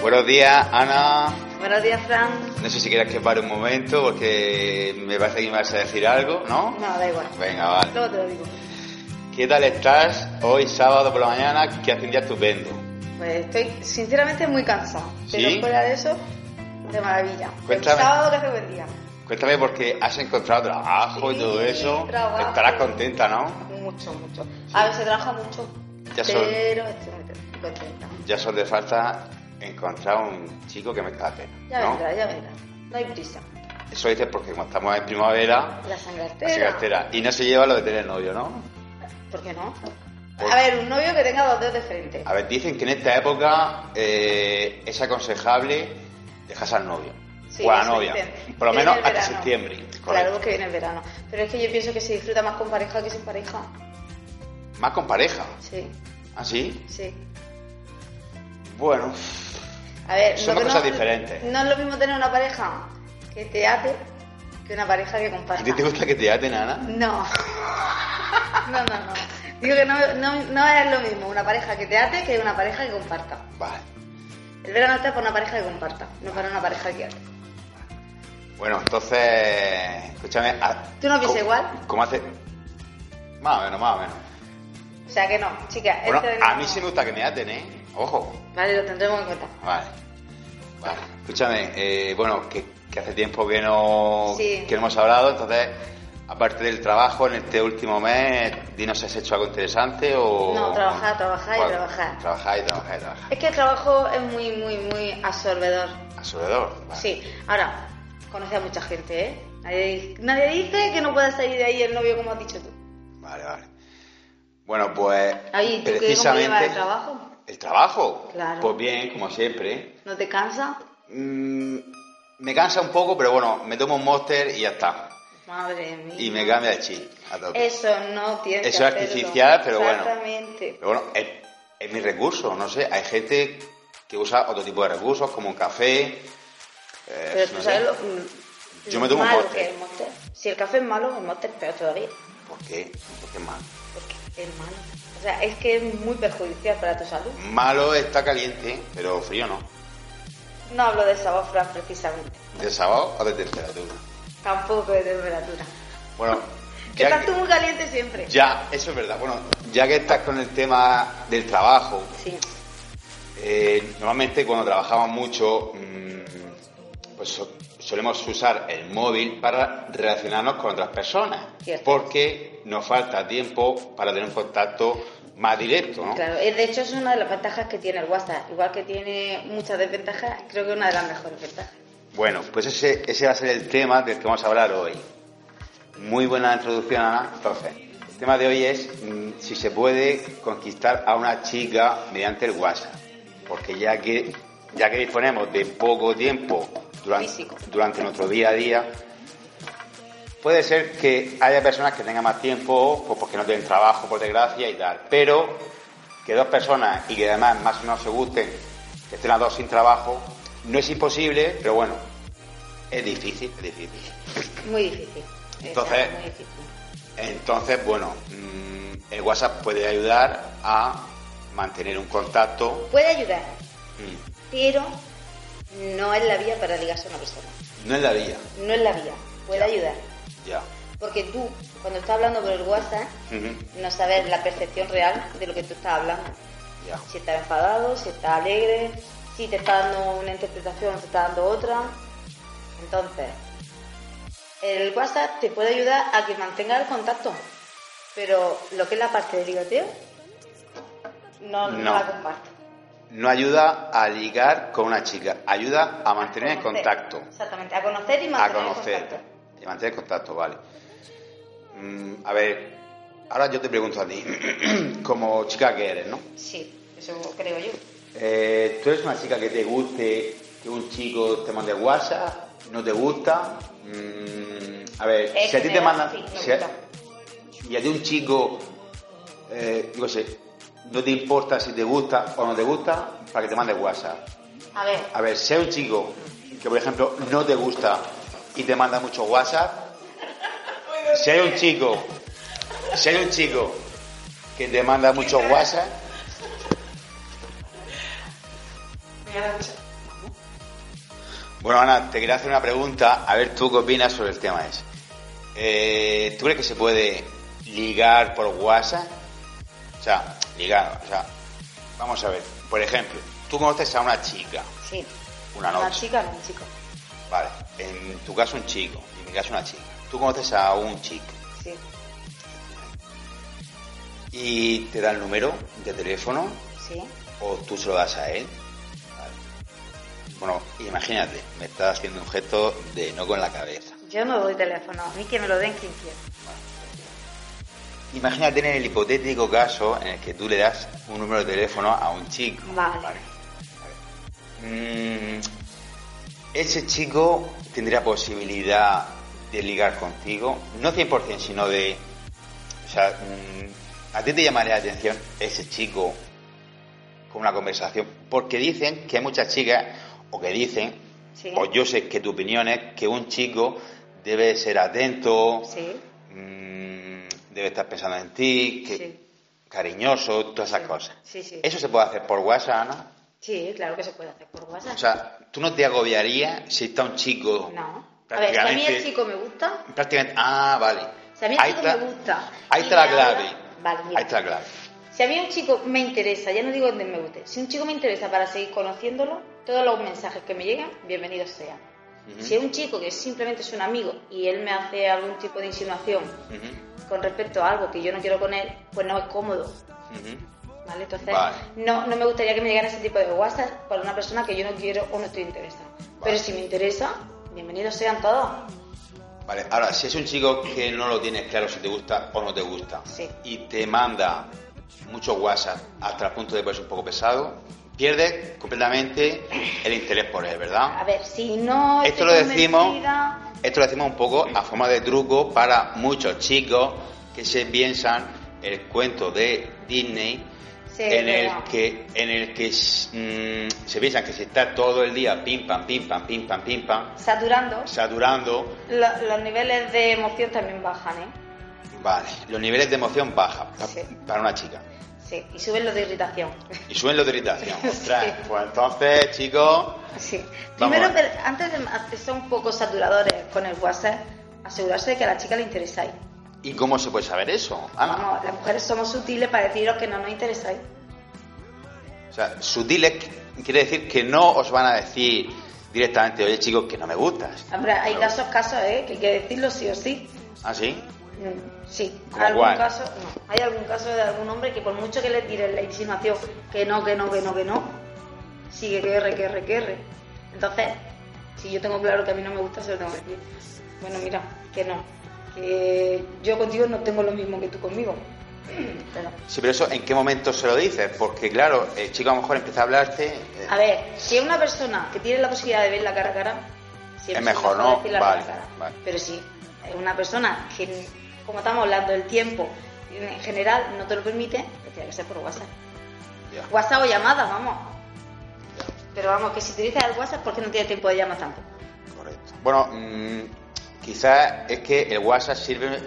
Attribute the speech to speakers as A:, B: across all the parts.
A: Buenos días, Ana.
B: Buenos días, Fran.
A: No sé si quieres que pare un momento porque me parece que me vas a decir algo, ¿no?
B: No, da igual.
A: Venga, vale.
B: Luego te lo digo.
A: ¿Qué tal estás hoy sábado por la mañana? Que hace un día estupendo.
B: Pues estoy sinceramente muy cansado.
A: ¿Sí?
B: Pero fuera de eso, de maravilla.
A: Cuéntame.
B: El sábado que hace buen día.
A: Cuéntame porque has encontrado trabajo y
B: Sí,
A: todo eso.
B: trabajo.
A: Estarás contenta, ¿no?
B: Mucho, mucho. A ver, se trabaja mucho.
A: Ya son-
B: pero estoy muy contenta.
A: Ya solo te falta encontrar un chico que merezca la pena,
B: Ya
A: ¿no?
B: vendrá, ya vendrá. No hay prisa.
A: Eso dices porque como estamos en primavera,
B: La sangartera.
A: así cartera. Y no se lleva lo de tener novio, ¿no?
B: ¿Por qué no?
A: Por-
B: A ver, un novio que tenga dos dedos de frente.
A: Pues A ver, dicen que en esta época eh, es aconsejable dejarse al novio.
B: Sí,
A: o a la
B: eso
A: novia.
B: dicen.
A: Por lo
B: Que
A: menos
B: viene el
A: hasta
B: verano.
A: septiembre.
B: Claro,
A: correcto.
B: porque viene el verano. Pero es que yo pienso que se disfruta más con pareja que sin pareja.
A: Más con pareja.
B: Sí,
A: ¿Ah, sí?
B: sí.
A: Bueno,
B: A ver,
A: Son
B: lo
A: dos
B: que
A: cosas diferentes.
B: No es lo mismo tener una pareja que te ate que una pareja que
A: ¿a
B: comparta.
A: ti te gusta que te aten, Ana?
B: No. No, no, no. Digo que no, no, no es lo mismo una pareja que te ate que una pareja que comparta.
A: Vale.
B: El verano está para una pareja que comparta, no para una pareja que ate.
A: Bueno, entonces, escúchame. ah,
B: ¿Tú no piensas
A: ¿cómo-
B: igual?
A: ¿Cómo hace? Más o menos, más o menos.
B: O sea que no, chicas.
A: Bueno,
B: este
A: a
B: verano-
A: mí sí me gusta que me aten, ¿eh? Ojo.
B: Vale, lo tendremos en cuenta.
A: Vale. Vale. Escúchame, eh, bueno, que, que hace tiempo que no,
B: Sí.
A: que no hemos hablado, entonces, aparte del trabajo en este último mes, dinos si has hecho algo interesante o...
B: No, trabajar, trabajar y
A: Bueno,
B: trabajar.
A: Trabajar y trabajar y trabajar.
B: Es que el trabajo es muy, muy, muy absorbedor.
A: Absorbedor, vale.
B: Sí, ahora, conoce a mucha gente, ¿eh? Nadie, nadie dice que no pueda salir de ahí el novio como has dicho tú.
A: Vale, vale. Bueno, pues...
B: Ahí, ¿tú qué, cómo llevas
A: precisamente...
B: el trabajo?
A: ¿El trabajo?
B: Claro.
A: Pues bien, como siempre.
B: ¿No te cansa?
A: Mm, me cansa un poco, pero bueno, me tomo un monster y ya está.
B: Madre mía.
A: Y me cambia de chip a tope.
B: Eso no tiene
A: Eso
B: que
A: es
B: hacerlo.
A: artificial, pero bueno.
B: Exactamente.
A: Pero bueno, es, es mi recurso, no sé. Hay gente que usa otro tipo de recursos, como un café. eh,
B: Pero tú
A: no sé.
B: sabes lo, mm,
A: Yo
B: lo
A: me tomo un
B: malo
A: postre.
B: que es el monster. Si el café es malo, el monster es peor todavía.
A: ¿Por qué? ¿Por qué es malo?
B: Porque es malo. O sea, es que es muy perjudicial para tu salud.
A: Malo está caliente, pero frío no.
B: No hablo de sabor, Fran, precisamente.
A: ¿De sabor o de temperatura?
B: Tampoco de temperatura.
A: Bueno,
B: Que
A: ya,
B: estás
A: que-
B: tú muy caliente siempre.
A: ya, eso es verdad. Bueno, ya que estás con el tema del trabajo,
B: Sí.
A: eh, normalmente cuando trabajamos mucho, mm, pues so- solemos usar el móvil para relacionarnos con otras personas.
B: Cierto.
A: Porque nos falta tiempo para tener un contacto más directo, ¿no?
B: Claro, eh, de hecho es una de las ventajas que tiene el WhatsApp. Igual que tiene muchas desventajas, creo que una de las mejores ventajas.
A: Bueno, pues ese, ese va a ser el tema del que vamos a hablar hoy. Muy buena introducción, Ana. Entonces, el tema de hoy es mm, si se puede conquistar a una chica mediante el WhatsApp. Porque ya que, ya que disponemos de poco tiempo durante,
B: Físico.
A: durante nuestro día a día, puede ser que haya personas que tengan más tiempo, pues porque no tienen trabajo, por desgracia y tal. Pero que dos personas y que además más o menos se gusten, que estén las dos sin trabajo, no es imposible, pero bueno, es difícil, es difícil.
B: Muy difícil.
A: Entonces-
B: Exacto, muy difícil.
A: Entonces, bueno, mm, el WhatsApp puede ayudar a mantener un contacto.
B: Puede ayudar,
A: mm,
B: pero no es la vía para ligarse a una persona.
A: No es la vía,
B: No es la vía. Puede
A: Ya.
B: ayudar.
A: ya.
B: Porque tú, cuando estás hablando por el WhatsApp,
A: Ujú,
B: no sabes la percepción real de lo que tú estás hablando.
A: ya.
B: Si estás enfadado, si estás alegre, si te está dando una interpretación, te está dando otra. Entonces, el WhatsApp te puede ayudar a que mantengas el contacto, pero lo que es la parte de ligoteo, no, no
A: No.
B: la comparto.
A: No ayuda a ligar con una chica, ayuda a mantener el
B: Conocer.
A: contacto.
B: Exactamente, a conocer y
A: a
B: mantener el
A: conocer
B: contacto.
A: y mantener contacto, vale. Mm, a ver, ahora yo te pregunto a ti, como chica que eres, ¿no?
B: Sí, eso creo yo.
A: Eh, ¿Tú eres una chica que te guste que un chico te mande WhatsApp? ¿No te gusta? Mm, a ver,
B: En
A: si a ti te
B: general,
A: mandan...
B: sí, me
A: si a-
B: gusta.
A: y a ti un chico, eh, yo qué sé, no te importa si te gusta o no te gusta, para que te mande WhatsApp.
B: A ver,
A: A ver, si hay un chico que, por ejemplo, no te gusta y te manda mucho WhatsApp, si hay un chico, si hay un chico que te manda mucho WhatsApp, Bueno, Ana, te quería hacer una pregunta, a ver tú qué opinas sobre el tema ese. Eh, ¿Tú crees que se puede ligar por WhatsApp? O sea, ligar, o sea, vamos a ver. Por ejemplo, tú conoces a una chica,
B: Sí.
A: una
B: Una
A: noche,
B: chica, no un chico.
A: vale, en tu caso un chico, en mi caso una chica. Tú conoces a un chico
B: Sí.
A: y te da el número de teléfono
B: Sí.
A: o tú se lo das a él. Vale. Bueno, imagínate, me estás haciendo un gesto de no con la cabeza.
B: Yo no doy teléfono. A mí que me lo den quien quiera.
A: Imagínate en el hipotético caso en el que tú le das un número de teléfono a un chico.
B: Vale.
A: Mm, ese chico tendría posibilidad de ligar contigo, no 100%, sino de... O sea, mm, a ti te llamaría la atención ese chico con una conversación, porque dicen que hay muchas chicas, o que dicen,
B: Sí.
A: o yo sé que tu opinión es que un chico debe ser atento,
B: Sí.
A: mm, debe estar pensando en ti, que
B: Sí.
A: cariñoso, todas esas
B: Sí.
A: cosas.
B: Sí, sí.
A: Eso se puede hacer por WhatsApp, ¿no?
B: Sí, claro que se puede hacer por WhatsApp.
A: O sea, tú no te agobiarías si está un chico.
B: no. A ver, si a mí
A: Prácticamente.
B: el chico me gusta,
A: prácticamente ah, vale.
B: si a mí el
A: Ahí
B: chico
A: está-
B: me gusta.
A: Ahí
B: y
A: está la
B: me habla-
A: clave.
B: Vale, mira.
A: Ahí está la clave.
B: Si a mí un chico me interesa, ya no digo donde me guste, si un chico me interesa para seguir conociéndolo, todos los mensajes que me llegan, bienvenidos sean.
A: Ujú.
B: Si es un chico que simplemente es un amigo y él me hace algún tipo de insinuación
A: Ujú,
B: con respecto a algo que yo no quiero con él, pues no es cómodo.
A: ujú.
B: ¿vale? Entonces,
A: Vale.
B: no, no me gustaría que me llegaran ese tipo de WhatsApp para una persona que yo no quiero o no estoy interesada. Pero si me interesa, bienvenidos sean todos.
A: Vale, ahora, si es un chico que no lo tienes claro si te gusta o no te gusta,
B: Sí.
A: y te manda mucho WhatsApp hasta el punto de ponerse un poco pesado, pierdes completamente el interés por él, ¿verdad?
B: A ver, si no.
A: Esto
B: estoy
A: lo decimos,
B: convencida-
A: esto lo decimos un poco a forma de truco para muchos chicos que se piensan el cuento de Disney
B: Sí,
A: en el
B: verdad.
A: que en el que mm, se piensan que se está todo el día pim pam pim pam pim pam pim pam
B: Saturando,
A: saturando,
B: lo- los niveles de emoción también bajan, ¿eh?
A: vale, los niveles de emoción bajan pa-
B: Sí.
A: para una chica
B: Sí, y suben los de irritación.
A: y suben los de irritación.
B: Sí.
A: Ostras, pues entonces, chicos,
B: Sí.
A: Vamos
B: Primero,
A: a ver.
B: pero antes de antes son un poco saturadores con el WhatsApp, asegurarse de que a la chica le interesáis.
A: ¿y cómo se puede saber eso? Ah, Ana?
B: Vamos, las mujeres somos sutiles para deciros que no nos interesáis.
A: O sea, sutiles qu- quiere decir que no os van a decir directamente, oye chicos, que no me gustas.
B: Hombre, hay
A: No.
B: casos, casos, ¿eh? Que hay que decirlo sí o sí.
A: ¿Ah, sí?
B: Mm, Sí,
A: ¿Como
B: algún
A: cuál?
B: caso, no. hay algún caso de algún hombre que por mucho que le tiren la insinuación que no, que no, que no, que no, sigue que erre, que erre, que erre. Entonces, si yo tengo claro que a mí no me gusta, se lo tengo que decir. Bueno, mira, que no, que yo contigo no tengo lo mismo que tú conmigo. Pero,
A: Sí, pero eso, ¿en qué momento se lo dices? Porque claro, el chico a lo mejor empieza a hablarte... eh,
B: a ver, si es una persona que tiene la posibilidad de ver la cara a cara, siempre
A: Es mejor,
B: se
A: ¿no?
B: decir la
A: Vale,
B: cara a cara.
A: vale.
B: Pero si es una persona que, como estamos hablando del tiempo, en general no te lo permite, pues tiene que ser por WhatsApp.
A: ya.
B: WhatsApp o llamada, vamos. Pero vamos, que si utilizas el WhatsApp, ¿por qué no tienes tiempo de llamar tampoco?
A: Correcto. Bueno, mm, quizás es que el WhatsApp sirve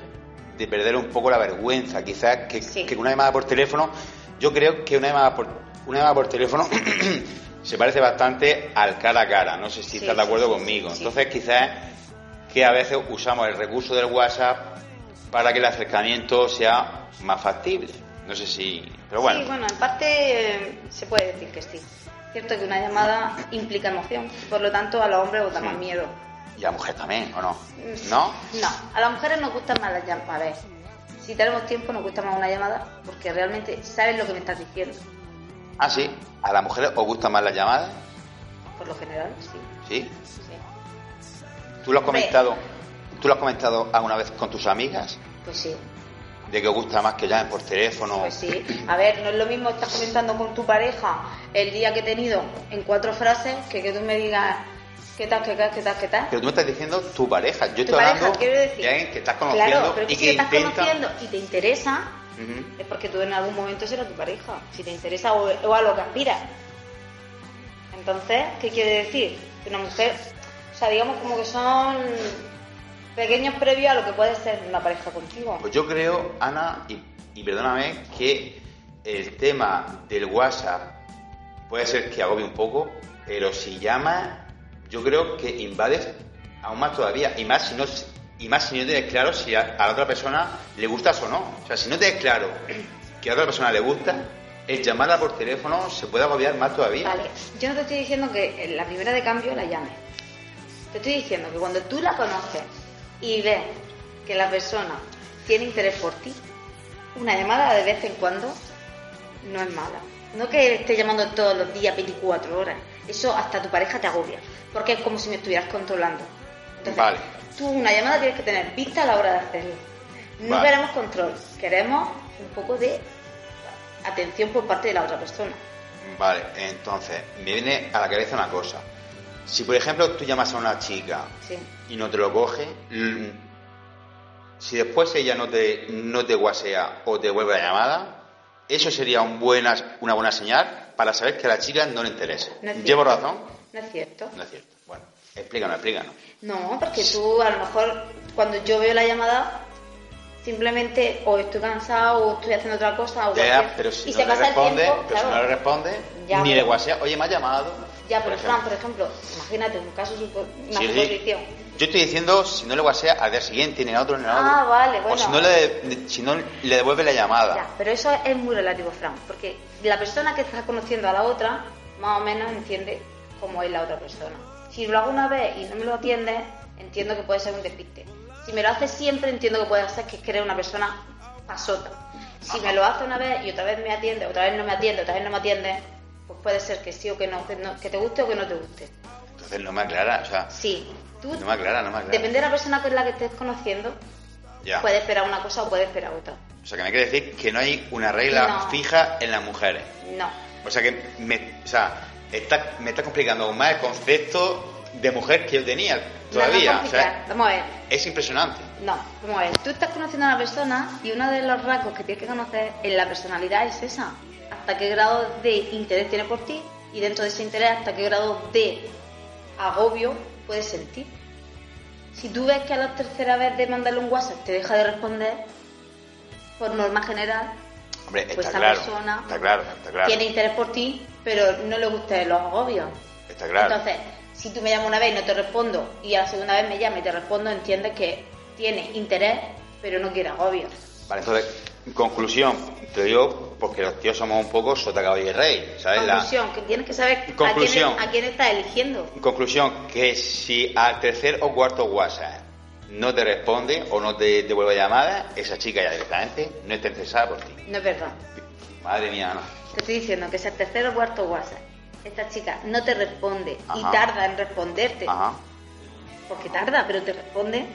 A: de perder un poco la vergüenza. Quizás que,
B: Sí.
A: que una llamada por teléfono, yo creo que una llamada por, una llamada por teléfono se parece bastante al cara a cara. No sé si
B: Sí,
A: estás de
B: sí,
A: acuerdo
B: sí,
A: conmigo.
B: sí, sí.
A: Entonces, quizás que a veces usamos el recurso del WhatsApp para que el acercamiento sea más factible. No sé si. Pero bueno.
B: Sí, bueno, en parte eh, se puede decir que sí. Cierto que una llamada implica emoción, por lo tanto a los hombres os da más
A: Hmm.
B: miedo.
A: Y a mujer también, ¿o no?
B: Mm,
A: ¿No?
B: No, a las mujeres nos gustan más las llamadas. A ver, si tenemos tiempo nos gusta más una llamada porque realmente sabes lo que me estás diciendo,
A: Ah, sí. ¿A las mujeres os gustan más las llamadas?
B: por lo general, sí.
A: Sí.
B: sí.
A: ¿Tú lo has
B: Hombre.
A: comentado? ¿Tú lo has comentado alguna vez con tus amigas?
B: Pues sí,
A: De que os gusta más que llamen por teléfono.
B: Pues sí, a ver, no es lo mismo estar comentando con tu pareja el día que he tenido en cuatro frases que que tú me digas qué tal, qué tal, qué tal, qué tal.
A: Pero tú me estás diciendo tu pareja. Yo
B: Tu
A: estoy
B: pareja,
A: hablando
B: quiero decir.
A: de alguien que estás conociendo
B: Claro, pero
A: y
B: que
A: que
B: si te estás
A: intenta.
B: conociendo y te interesa,
A: Ujú.
B: es porque tú en algún momento serás tu pareja, si te interesa o, o a lo que aspiras. Entonces, ¿qué quiere decir? Que una mujer, o sea, digamos como que son pequeños previos a lo que puede ser una pareja contigo.
A: Pues yo creo, Ana, y, y perdóname, que el tema del WhatsApp puede ser que agobie un poco, pero si llamas, yo creo que invades aún más todavía, y más si no, y más si no tienes claro si a, a la otra persona le gustas o no. O sea, si no tienes claro que a otra persona le gusta, el llamarla por teléfono se puede agobiar más todavía.
B: Vale, yo no te estoy diciendo que la primera de cambio la llame. Te estoy diciendo que cuando tú la conoces y ves que la persona tiene interés por ti, una llamada de vez en cuando no es mala. No que esté llamando todos los días 24 horas. Eso hasta tu pareja te agobia, porque es como si me estuvieras controlando. Entonces,
A: Vale.
B: tú una llamada tienes que tener vista a la hora de hacerlo. No
A: Vale.
B: queremos control, queremos un poco de atención por parte de la otra persona.
A: Vale, entonces, me viene a la cabeza una cosa. Si, por ejemplo, tú llamas a una chica
B: Sí.
A: y no te lo coge, l- si después ella no te, no te guasea o te vuelve la llamada, eso sería un buena, una buena señal para saber que a la chica no le interesa.
B: No es cierto.
A: ¿Llevo razón?
B: ¿No es cierto?
A: No es cierto. Bueno, explícanos, explícanos.
B: No, porque tú a lo mejor cuando yo veo la llamada simplemente o estoy cansado o estoy haciendo otra cosa o
A: Ya,
B: cualquier-
A: pero si
B: y
A: no
B: se
A: le
B: pasa
A: responde,
B: el tiempo,
A: pero si
B: claro.
A: no le responde,
B: Ya,
A: ni
B: pero-
A: le guasea, oye, me ha llamado.
B: Ya, pero
A: por
B: Fran,
A: ejemplo.
B: por ejemplo, imagínate un caso, supo- una
A: Sí, sí.
B: suposición.
A: Yo estoy diciendo si no le guasea al día siguiente, ni al otro, ni al otro.
B: Ah, vale,
A: O
B: bueno.
A: si no le, si no le devuelve la llamada.
B: Ya, pero eso es muy relativo, Fran, porque la persona que está conociendo a la otra, más o menos entiende cómo es la otra persona. Si lo hago una vez y no me lo atiende, entiendo que puede ser un despiste. Si me lo hace siempre, entiendo que puede ser que es que eres una persona pasota. Si me lo hace una vez y otra vez me atiende, otra vez no me atiende, otra vez no me atiende, pues puede ser que sí o que no, que, no- que te guste o que no te guste.
A: Entonces no me aclara, o sea,
B: Sí, tú,
A: no me aclara, no me aclara.
B: depende de la persona con la que estés conociendo,
A: Ya.
B: puede esperar una cosa o puede esperar otra.
A: O sea, que me quiere decir que no hay una regla
B: No.
A: fija en las mujeres.
B: No,
A: O sea, que me, o sea, está, me está complicando aún más el concepto de mujer que yo tenía
B: No, no
A: todavía.
B: complicar.
A: o sea,
B: Vamos a ver.
A: es impresionante.
B: No, vamos a ver. Tú estás conociendo a una persona y uno de los rasgos que tienes que conocer en la personalidad es esa. Hasta qué grado de interés tiene por ti y dentro de ese interés hasta qué grado de agobio puedes sentir. Si tú ves que a la tercera vez de mandarle un WhatsApp te deja de responder, por norma general,
A: Hombre,
B: pues
A: está
B: esa
A: claro.
B: persona
A: Está claro, está claro.
B: tiene interés por ti, pero no le gustan los agobios.
A: Está claro.
B: Entonces, si tú me llamas una vez y no te respondo, y a la segunda vez me llamas y te respondo, entiendes que tiene interés, pero no quiere agobio.
A: Vale, entonces, conclusión, te digo, porque los tíos somos un poco sota caballo y rey, ¿sabes? La-
B: Conclusión, que tienes que saber a quién,
A: Conclusión.
B: a quién estás eligiendo.
A: conclusión, que si al tercer o cuarto WhatsApp no te responde o no te devuelve llamada, esa chica ya directamente no está interesada por ti.
B: No es verdad.
A: Madre mía, Ana.
B: Te estoy diciendo que si al tercero o cuarto WhatsApp esta chica no te responde
A: Ajá.
B: y tarda en responderte,
A: Ajá.
B: porque tarda, pero te responde.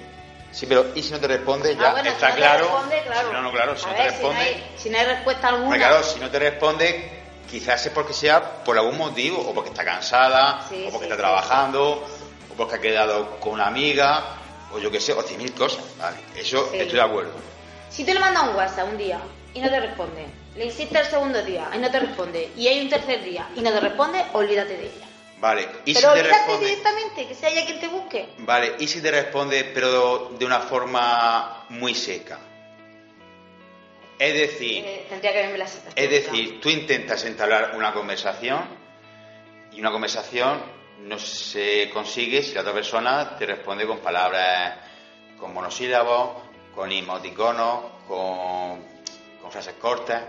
A: Sí, pero ¿y si no te responde? Ya
B: Ah, bueno,
A: está
B: si no te
A: claro.
B: responde, claro.
A: Si no, no, claro, si
B: A
A: no
B: ver,
A: te responde.
B: Si no, hay, si no hay respuesta alguna.
A: Hombre, claro, si no te responde, quizás es porque sea por algún motivo, o porque está cansada,
B: Sí,
A: o porque
B: sí,
A: está
B: sí.
A: trabajando, o porque ha quedado con una amiga, o yo qué sé, o cien mil cosas. Vale, eso
B: Sí.
A: estoy de acuerdo.
B: Si tú le mandas un WhatsApp un día y no te responde, le hiciste el segundo día y no te responde, y hay un tercer día y no te responde, olvídate de ella.
A: Vale, y
B: Pero
A: si te
B: olvídate
A: responde.
B: directamente, que sea ella quien te busque.
A: Vale, y si te responde, pero de una forma muy seca. Es decir,
B: Eh, tendría que verme la cita.
A: Es decir, tú intentas entablar una conversación y una conversación no se consigue si la otra persona te responde con palabras, con monosílabos, con emoticonos, con, con frases cortas.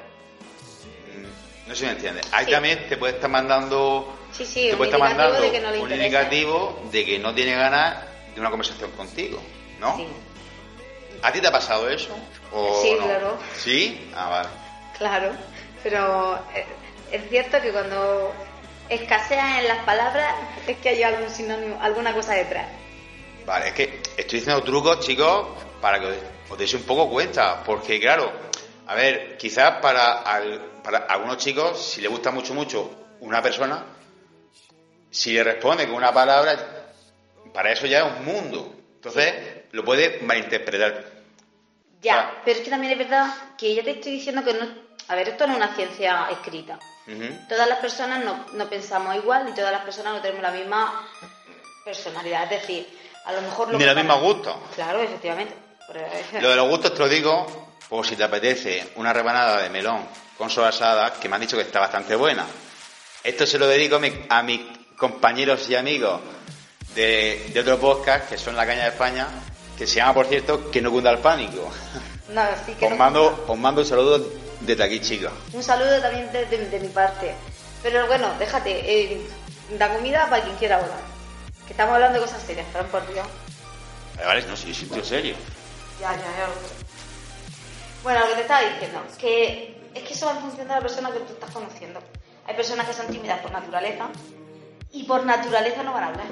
A: Mm, No sé si me entiendes. Ahí
B: Sí.
A: también te puede estar mandando,
B: Sí, sí,
A: te
B: un
A: puede estar
B: indicativo
A: mandando
B: de que no le
A: un
B: interesa.
A: indicativo de que no tiene ganas de una conversación contigo, ¿no?
B: Sí,
A: ¿A ti te ha pasado eso? ¿O
B: Sí,
A: no?
B: claro.
A: ¿Sí? Ah, vale.
B: claro. Pero eh, es cierto que cuando escasean en las palabras es que hay algún sinónimo, alguna cosa detrás.
A: Vale, es que estoy diciendo trucos, chicos, para que os- os deis un poco cuenta, porque claro, a ver, quizás para, al- para algunos chicos, si le gusta mucho, mucho una persona, si le responde con una palabra, para eso ya es un mundo. Entonces, lo puede malinterpretar.
B: Ya,
A: Claro.
B: pero es que también es verdad que ya te estoy diciendo que no... A ver, esto no es una ciencia escrita.
A: Ujú.
B: todas las personas no, no pensamos igual y todas las personas no tenemos la misma personalidad. Es decir, a lo mejor... lo
A: Ni
B: que
A: los mismos
B: para-
A: gustos.
B: Claro, efectivamente. Pero-
A: Lo de los gustos te lo digo, por si te apetece una rebanada de melón con sobrasada, que me han dicho que está bastante buena. Esto se lo dedico a, mi- a mis compañeros y amigos de, de otro podcast que son La Caña de España, que se llama, por cierto, Que no cunda el pánico.
B: No, sí que
A: Os
B: no-
A: Pues mando, os mando un saludo desde aquí, chicos.
B: Un saludo también de, de- de mi parte. Pero bueno, déjate, eh, la comida para quien quiera volar. Que estamos hablando de cosas serias, Fran, por Dios.
A: Vale, Vale, no, sí, sí, tío, en serio.
B: Ya, ya, ya. lo sé. Bueno, lo que te estaba diciendo, que es que eso va en función de la persona que tú estás conociendo. Hay personas que son tímidas por naturaleza y por naturaleza no van a hablar.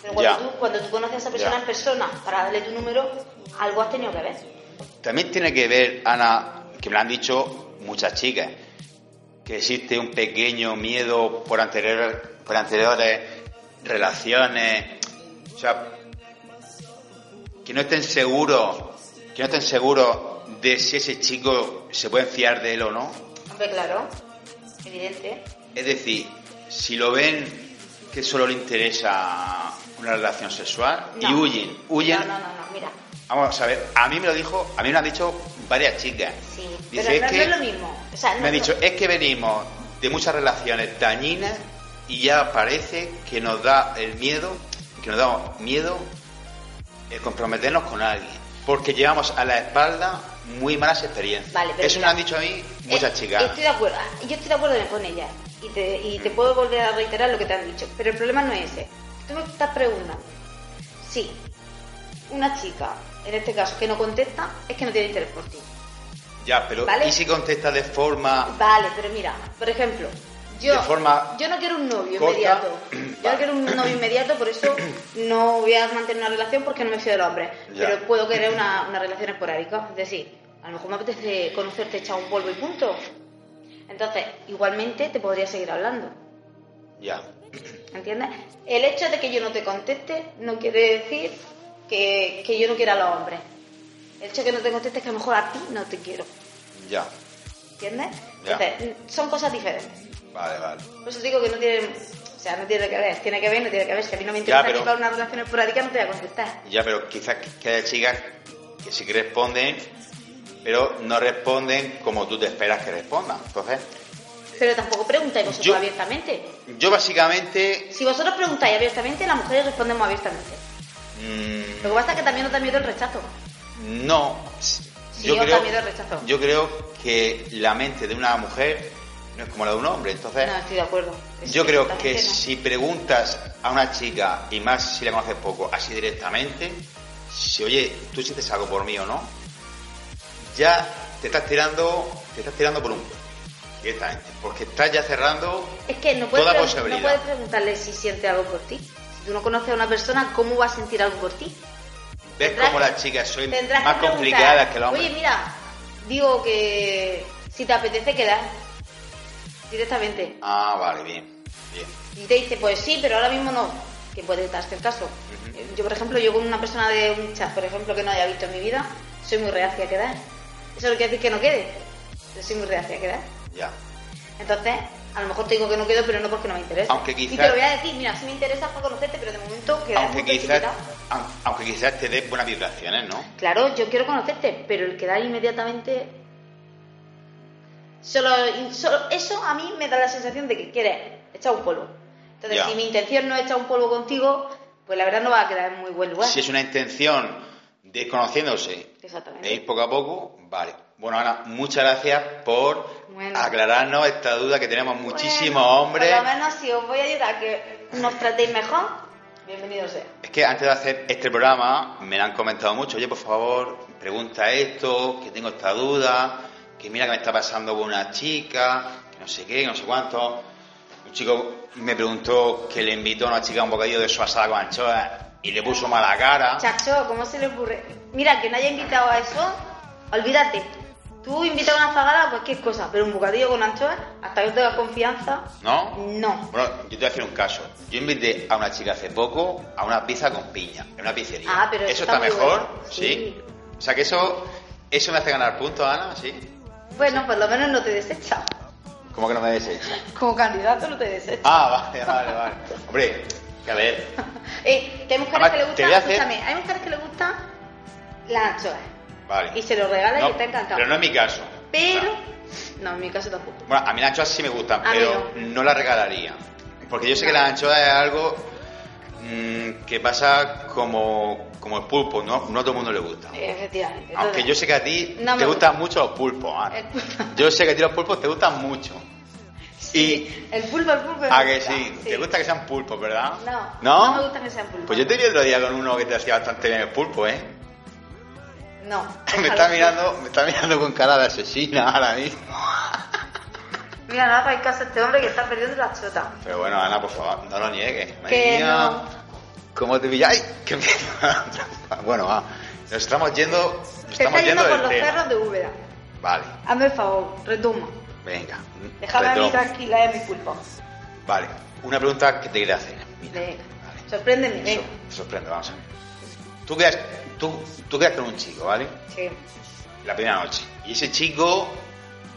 B: Pero cuando,
A: Ya.
B: tú, cuando tú conoces a esa persona
A: Ya.
B: en persona para darle tu número, algo has tenido que ver.
A: También tiene que ver, Ana, que me lo han dicho muchas chicas, que existe un pequeño miedo por, anterior, por anteriores relaciones, o sea, que no estén seguros, que no estén seguros de si ese chico se puede fiar de él o no.
B: Hombre, claro, evidente.
A: Es decir, si lo ven que solo le interesa una relación sexual y
B: No.
A: huyen, huyen.
B: No, no, no, no, mira,
A: Vamos a ver, a mí me lo dijo, a mí me lo han dicho varias chicas.
B: sí,
A: Dice, es
B: pero no, no
A: que-
B: es lo mismo. O sea, no-
A: Me ha dicho,
B: no-
A: es que venimos de muchas relaciones dañinas y ya parece que nos da el miedo, que nos da miedo el comprometernos con alguien, porque llevamos a la espalda muy malas experiencias.
B: Vale, pero
A: Eso me
B: mira,
A: lo han dicho a mí muchas
B: Eh,
A: chicas.
B: Estoy de acuerdo, yo estoy de acuerdo con ella y te, y
A: Mm.
B: te puedo volver a reiterar lo que te han dicho, pero el problema no es ese. Tú me estás preguntando si una chica, en este caso, que no contesta, es que no tiene interés por ti.
A: Ya, pero
B: ¿Vale?
A: ¿y si contestas de forma
B: Vale, pero mira, por ejemplo, yo,
A: De forma
B: yo no quiero un novio
A: corta.
B: inmediato. Yo no
A: Vale.
B: quiero un novio inmediato, por eso no voy a mantener una relación porque no me fío del hombre.
A: Ya.
B: Pero puedo querer una, una relación esporádica. Es decir, a lo mejor me apetece conocerte, echar un polvo y punto. Entonces, igualmente te podría seguir hablando.
A: ya?
B: ¿Entiendes? El hecho de que yo no te conteste no quiere decir que, que yo no quiera a los hombres. El hecho de que no te conteste es que a lo mejor a ti no te quiero.
A: Ya.
B: ¿Entiendes?
A: Ya.
B: Entonces, son cosas diferentes.
A: Vale, vale.
B: Por eso digo que no tiene. O sea, no tiene que ver. Tiene que ver, no tiene que ver. Si a mí no me interesa
A: pero-
B: llevar una relación esporádica, no te voy a contestar.
A: Ya, pero quizás que haya chicas que sí que responden, pero no responden como tú te esperas que respondan. Entonces,
B: Pero tampoco preguntáis vosotros
A: Yo-
B: abiertamente.
A: yo básicamente
B: Si vosotros preguntáis abiertamente, las mujeres respondemos abiertamente.
A: Mm,
B: Lo que pasa es que también nos da miedo el rechazo.
A: no.
B: Sí, yo también lo rechazo.
A: yo creo que la mente de una mujer no es como la de un hombre. Entonces,
B: No, estoy de acuerdo. Es
A: Eh, yo creo que
B: directamente no.
A: si preguntas a una chica, y más si la conoces poco, así directamente, si oye, tú sientes algo por mí o no, ya te estás tirando, te estás tirando por un puente, directamente, porque estás ya cerrando
B: Es que no puedes,
A: toda
B: pregun-
A: posibilidad.
B: no puedes preguntarle si siente algo por ti. Si tú no conoces a una persona, ¿cómo va a sentir algo por ti?
A: ves
B: Tendrás
A: cómo
B: que-
A: las chicas son
B: Tendrás
A: más
B: que preguntar,
A: complicadas que los hombres.
B: Oye, mira, digo que si te apetece quedar directamente.
A: Ah, vale, bien, bien.
B: Y te dice, pues sí, pero ahora mismo no, que puede darse el caso.
A: Ujú.
B: Eh, Yo, por ejemplo, yo con una persona de un chat, por ejemplo, que no haya visto en mi vida, soy muy reacia a quedar. Eso no quiere decir que no quede, yo soy muy reacia a quedar.
A: Ya.
B: Entonces, a lo mejor te digo que no quedo, pero no porque no me interesa.
A: Aunque
B: Y
A: quizás-
B: te lo voy a decir, mira, si me interesa para conocerte, pero de momento quedar
A: aunque
B: punto y
A: quizás
B: chiquita.
A: aun- aunque quizás te des buenas vibraciones no
B: Claro, yo quiero conocerte, pero el quedar inmediatamente... Solo, solo- eso a mí me da la sensación de que quieres echar un polvo. Entonces,
A: Ya.
B: si mi intención no es echar un polvo contigo, pues la verdad no va a quedar en muy buen lugar.
A: si es una intención de ir conociéndose
B: Exactamente.
A: e ir poco a poco vale bueno Ana muchas gracias por
B: Bueno.
A: aclararnos esta duda que tenemos muchísimos
B: Bueno,
A: hombres
B: Por lo menos si os voy a ayudar a que nos tratéis mejor, bienvenidos sea.
A: es que antes de hacer este programa me lo han comentado mucho oye por favor pregunta esto que tengo esta duda que mira que me está pasando con una chica que no sé qué que no sé cuánto un chico me preguntó que le invitó a una chica a un bocadillo de su asada con anchoa y le puso mala cara
B: Chacho, ¿cómo se le ocurre? Mira, que no haya invitado a eso, olvídate. Tú invitas a una zagada a cualquier cosa, pero un bocadillo con anchoas, hasta que no tengas confianza,
A: ¿No?
B: no.
A: Bueno, yo te voy a hacer un caso. Yo invité a una chica hace poco a una pizza con piña, en una pizzería.
B: Ah, pero
A: ¿Eso
B: eso
A: está,
B: está muy
A: mejor?
B: bueno.
A: ¿Sí?
B: Sí.
A: O sea que eso, eso me hace ganar puntos, Ana, ¿sí?
B: Bueno, por lo menos no te desecha.
A: ¿Cómo que no me desees?
B: Como candidato no te desecha.
A: Ah, vale, vale, vale. Hombre, que a ver.
B: Eh, que hay mujeres
A: Ah. Además,
B: que le
A: te voy a
B: gustan,
A: hacer-
B: escúchame, hay mujeres que le gustan las anchoas.
A: Vale.
B: Y se lo regala
A: No,
B: y está encantado.
A: Pero no Ah. es mi caso.
B: Pero-
A: O sea,
B: no, en mi caso tampoco.
A: bueno, a mí las anchoas sí me gustan,
B: A mí
A: pero no. las regalaría. Porque yo sé que
B: No.
A: las anchoas es algo mm, que pasa como, como el pulpo, no, no a todo el mundo le gusta.
B: Efectivamente.
A: Aunque
B: Entonces,
A: yo sé que a ti
B: Eh, No me
A: te
B: gusta. Eh,
A: gustan mucho los pulpos, Ana.
B: El pulpo.
A: Yo sé que a ti los pulpos te gustan mucho. Y
B: El pulpo, el pulpo. Pues me
A: a que
B: gusta,
A: sí, te gusta que sean pulpos, ¿verdad?
B: No,
A: ¿No?
B: me gusta que sean pulpos.
A: Pues yo te vi otro día con uno que te hacía bastante bien el pulpo, ¿eh?
B: No.
A: Me está mirando, me está mirando con cara de asesina ahora mismo.
B: Mira, nada, para el caso este hombre que está perdiendo la chota.
A: Pero bueno, Ana, por favor, no lo niegues. Madre
B: Que
A: mía,
B: no.
A: ¿Cómo te pilláis? ¡Qué miedo! bueno, va. Nos estamos yendo, nos
B: Se está
A: estamos yendo
B: yendo por
A: del
B: los
A: tema.
B: cerros de Úbeda.
A: Vale,
B: Hazme el favor, retoma.
A: venga.
B: Déjame a mí
A: Perdón.
B: tranquila, es mi culpa.
A: Vale, una pregunta que te quería hacer. Mira,
B: Venga,
A: vale.
B: sorpréndeme, venga.
A: Sor- sorprende, vamos a ver. Tú quedas, tú, tú quedas con un chico, ¿vale?
B: Sí.
A: La primera noche. Y ese chico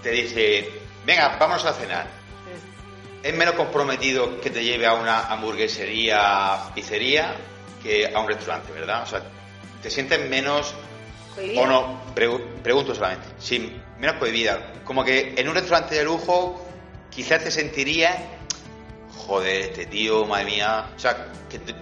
A: te dice, venga, vámonos a cenar. Es menos comprometido que te lleve a una hamburguesería, pizzería, que a un restaurante, ¿verdad? O sea, te sientes menos,
B: Cohibida.
A: o no, pregu- pregunto solamente, sí, menos prohibida. Como que en un restaurante de lujo quizás te sentirías, joder, este tío, madre mía, o sea, que te,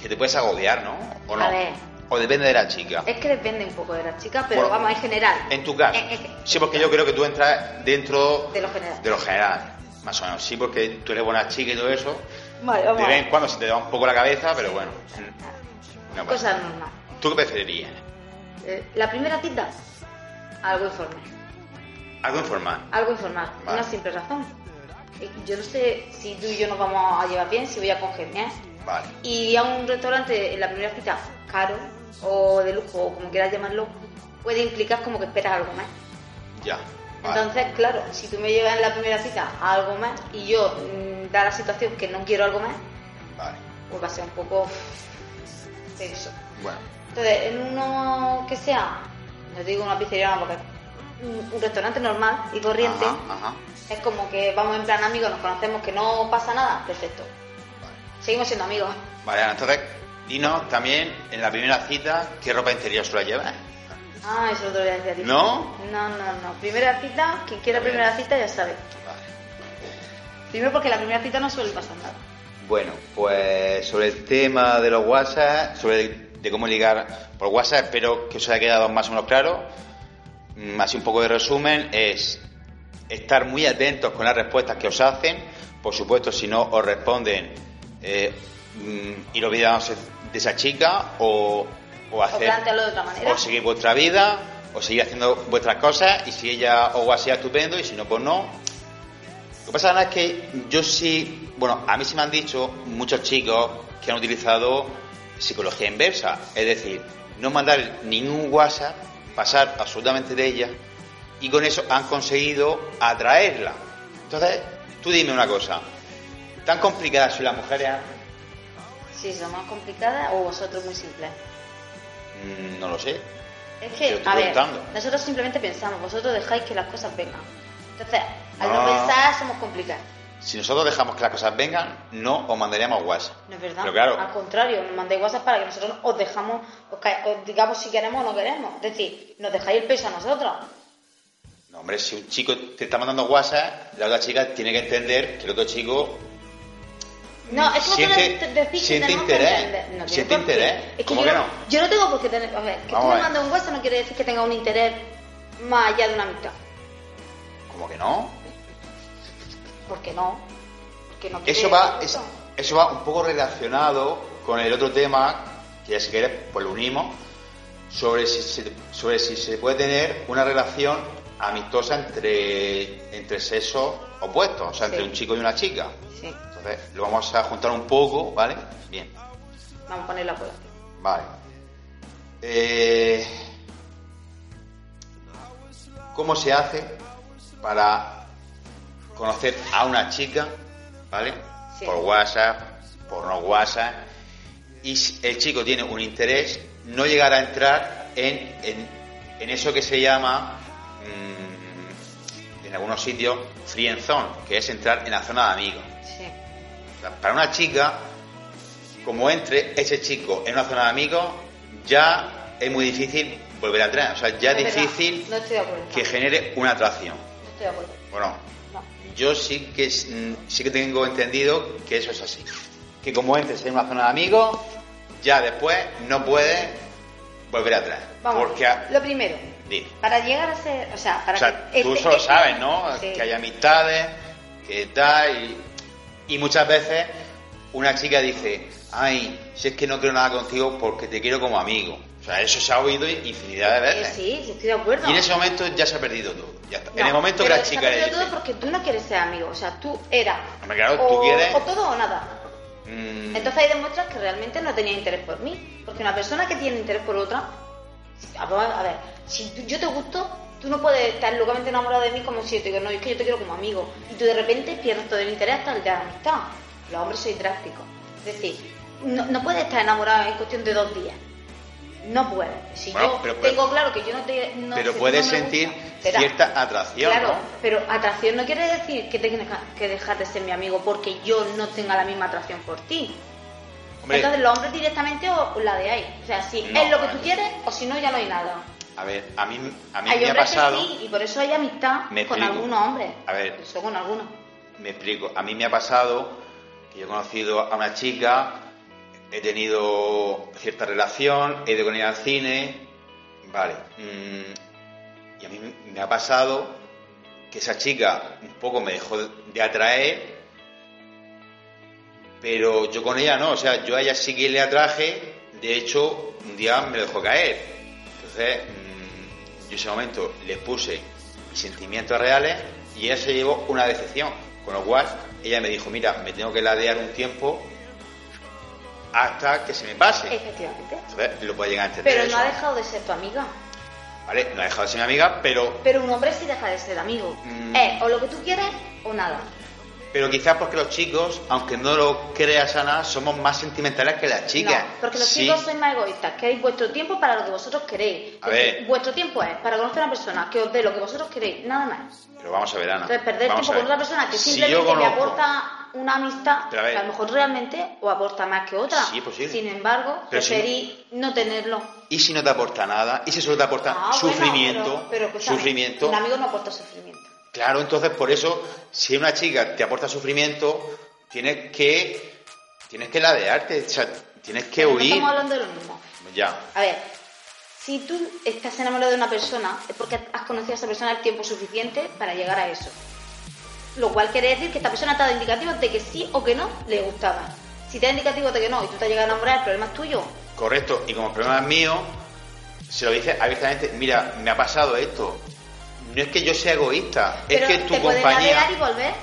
A: que te puedes agobiar, ¿no? O no.
B: A ver.
A: O depende de la chica.
B: Es que depende un poco de las chicas, pero
A: Bueno,
B: vamos, en general.
A: En tu caso.
B: Eh, eh,
A: Sí, porque yo creo que tú entras dentro
B: De lo general.
A: de lo general, más o menos. Sí, porque tú eres buena chica y todo eso.
B: Vale, vamos.
A: De
B: a
A: vez
B: ver.
A: en cuando se te da un poco la cabeza, pero bueno. No pasa
B: Cosa
A: nada.
B: normal.
A: ¿Tú qué preferirías?
B: Eh, La primera cita, algo informal.
A: Algo informal.
B: Algo informal,
A: Vale.
B: una simple razón. Eh, Yo no sé si tú y yo nos vamos a llevar bien, si voy a congeniar.
A: Vale.
B: Y a un restaurante en la primera cita caro o de lujo, o como quieras llamarlo, puede implicar como que esperas algo más.
A: Ya. Vale.
B: Entonces, claro, si tú me llevas en la primera cita a algo más y yo mm, da la situación que no quiero algo más,
A: Vale.
B: pues va a ser un poco tenso.
A: Bueno.
B: Entonces, en uno que sea, no digo una pizzería, no, porque un un restaurante normal y corriente,
A: Ajá, ajá.
B: es como que vamos en plan amigos, nos conocemos, que no pasa nada, perfecto.
A: Vale.
B: Seguimos siendo amigos.
A: Vale, Ana, entonces, dinos también en la primera cita qué ropa interior suele llevar.
B: Ah, eso lo voy a decir a ti.
A: ¿No?
B: No, no, no. Primera cita, quien quiera
A: Bien.
B: primera cita ya sabe.
A: Vale.
B: Primero porque la primera cita no suele pasar nada.
A: Bueno, pues sobre el tema de los WhatsApp, sobre de cómo ligar por WhatsApp, espero que os haya quedado más o menos claro. Mm, Así un poco de resumen, es estar muy atentos con las respuestas que os hacen. Por supuesto, si no os responden, eh, mm, ir olvidándose de esa chica o, o hacer... Oh,
B: plantearlo de otra manera.
A: O seguir vuestra vida, o seguir haciendo vuestras cosas y si ella os WhatsApp estupendo y si no, pues no. Lo que pasa Ana, es que yo sí, bueno, a mí sí me han dicho muchos chicos que han utilizado psicología inversa, es decir, no mandar ningún WhatsApp, pasar absolutamente de ella y con eso han conseguido atraerla. Entonces, tú dime una cosa, tan complicadas son las mujeres, Ana?
B: Si son más complicadas o vosotros muy simples.
A: Mm, no lo sé. Te
B: Es
A: lo
B: que,
A: estoy
B: a ver,
A: preguntando.
B: nosotros simplemente pensamos, vosotros dejáis que las cosas vengan. Entonces, al no,
A: No.
B: pensar, somos complicadas.
A: Si nosotros dejamos que las cosas vengan, no os mandaríamos WhatsApp.
B: No es verdad. Ah.
A: Pero claro,
B: Al contrario, nos mandéis WhatsApp para que nosotros os dejamos, os, ca- os digamos si queremos o no queremos. Es decir, nos dejáis el peso a nosotros.
A: No, hombre, si un chico te está mandando WhatsApp, la otra chica tiene que entender que el otro chico.
B: No, es que
A: Siente-
B: vosotros decís que
A: siente
B: tenemos que
A: interés.
B: entender. No tiene
A: Siente
B: por qué.
A: interés.
B: Es que
A: ¿Cómo
B: yo,
A: que
B: no?
A: no?
B: yo no tengo por qué tener. A ver, que
A: Vamos
B: tú
A: a
B: me
A: ver.
B: mandes un WhatsApp no quiere decir que tenga un interés más allá de una amistad.
A: Como que no.
B: ¿Por qué no? Porque no quiere
A: Eso va,
B: decir
A: es-
B: eso.
A: eso va un poco relacionado con el otro tema, que ya si quieres, pues lo unimos, sobre si se, sobre si se puede tener una relación amistosa entre, entre sexos opuestos, o sea, entre
B: Sí.
A: un chico y una chica.
B: Sí,
A: Entonces, lo vamos a juntar un poco, ¿vale? Bien.
B: vamos a poner la colación.
A: Vale. Eh, ¿Cómo se hace para conocer a una chica, ¿vale?
B: Sí.
A: Por WhatsApp, por no WhatsApp. Y si el chico tiene un interés, no llegar a entrar en, en- en eso que se llama, mm, en algunos sitios, friend zone, que es entrar en la zona de amigos.
B: Sí.
A: O sea, Para una chica, como entre ese chico en una zona de amigos, ya es muy difícil volver atrás. O sea, ya es
B: verdad,
A: difícil
B: No estoy de acuerdo.
A: que genere una atracción.
B: No estoy de acuerdo.
A: Bueno,
B: No.
A: yo sí que es- mm, sí que tengo entendido que eso es así. que como entres en una zona de amigos, ya después no puedes volver atrás.
B: Vamos,
A: porque a-
B: lo primero,
A: Dime.
B: para llegar a ser, o sea, para
A: o sea,
B: que...
A: tú
B: este-
A: solo
B: este-
A: sabes, ¿no?
B: Sí.
A: Que hay amistades, que tal, y, y muchas veces una chica dice, ay, si es que no quiero nada contigo porque te quiero como amigo. O sea, eso se ha oído infinidad de
B: Eh,
A: veces.
B: sí, sí, estoy de acuerdo.
A: Y en ese momento ya se ha perdido todo. Ya está. en
B: No,
A: el momento que
B: pero
A: la
B: se
A: chica
B: ha
A: le
B: perdido
A: dice,
B: todo porque tú no quieres ser amigo, o sea, tú eras...
A: Hombre, claro,
B: o,
A: tú quieres-
B: o todo o nada.
A: "Mm,
B: Entonces ahí demuestras que realmente no tenía interés por mí. Porque una persona que tiene interés por otra, si- a ver, a ver, si tú- yo te gusto, tú no puedes estar locamente enamorado de mí como si yo te digo, no, es que yo te quiero como amigo. Y tú de repente pierdes todo el interés hasta el de la amistad. Los hombres soy drásticos. Es decir, no, no puedes estar enamorado en cuestión de dos días. No puedes. Si
A: Bueno,
B: yo
A: pero-
B: tengo claro que yo no te. no-
A: pero
B: si tú
A: puedes
B: no me
A: sentir
B: gustas, te da-
A: cierta atracción.
B: Claro,
A: ¿no?
B: pero atracción no quiere decir que tengas que dejar de ser mi amigo porque yo no tenga la misma atracción por ti.
A: Hombre,
B: Entonces los hombres directamente o la de ahí. O sea, si
A: No,
B: es lo que
A: no.
B: tú quieres o si no, ya no hay nada.
A: a ver, a mí, a mí
B: hay
A: me ha
B: hombres
A: pasado...
B: que sí y por eso hay amistad
A: Me
B: con
A: explico.
B: algunos hombres.
A: A ver.
B: Eso con algunos.
A: Me explico, a mí me ha pasado que yo he conocido a una chica, he tenido cierta relación, he ido con ella al cine, vale. mm, y a mí me ha pasado que esa chica un poco me dejó de atraer, pero yo con ella no, o sea, yo a ella sí que le atraje, de hecho, un día me lo dejó caer. Entonces, mm, yo en ese momento le puse mis sentimientos reales y ella se llevó una decepción, con lo cual ella me dijo, mira, me tengo que ladear un tiempo hasta que se me pase.
B: Efectivamente.
A: Entonces, lo puede llegar a entender.
B: Eh. Pero
A: eso.
B: no ha dejado de ser tu amiga.
A: Vale, no ha dejado de ser mi amiga, pero,
B: Pero un hombre sí deja de ser amigo.
A: Mm.
B: Es o lo que tú quieres o nada.
A: pero quizás porque los chicos, aunque no lo creas Ana, somos más sentimentales que las chicas.
B: No, porque los
A: Sí,
B: chicos sois más egoístas, queréis vuestro tiempo para lo que vosotros queréis.
A: A ver.
B: Vuestro tiempo es para conocer a una persona que os dé lo que vosotros queréis, nada más.
A: Pero vamos a ver, Ana.
B: Entonces, perder
A: vamos
B: tiempo
A: a ver.
B: con otra persona que
A: Si
B: simplemente
A: yo
B: te
A: conozco-
B: aporta una amistad
A: Pero a ver.
B: que a lo mejor realmente os aporta más que otra.
A: Sí, es posible.
B: Sin embargo,
A: Pero si-
B: preferís no tenerlo.
A: ¿Y si no te aporta nada? ¿Y si solo te aporta
B: Ah, bueno,
A: sufrimiento?
B: pero- pero escúchame,
A: sufrimiento.
B: Un amigo no aporta sufrimiento.
A: Claro, entonces por eso, si una chica te aporta sufrimiento, tienes que. Tienes que ladearte, o sea, tienes que
B: Pero no
A: huir.
B: Estamos hablando de lo mismo.
A: Ya.
B: A ver, si tú estás enamorado de una persona, es porque has conocido a esa persona el tiempo suficiente para llegar a eso. Lo cual quiere decir que esta persona te ha dado indicativos de que sí o que no le gustaba. Si te da indicativos de que no y tú te has llegado a enamorar, el problema es tuyo.
A: Correcto, y como el problema es mío, se lo dice abiertamente, mira, me ha pasado esto. No es que yo sea egoísta,
B: Pero
A: es que tu
B: te puedes
A: compañía.
B: navegar y volver.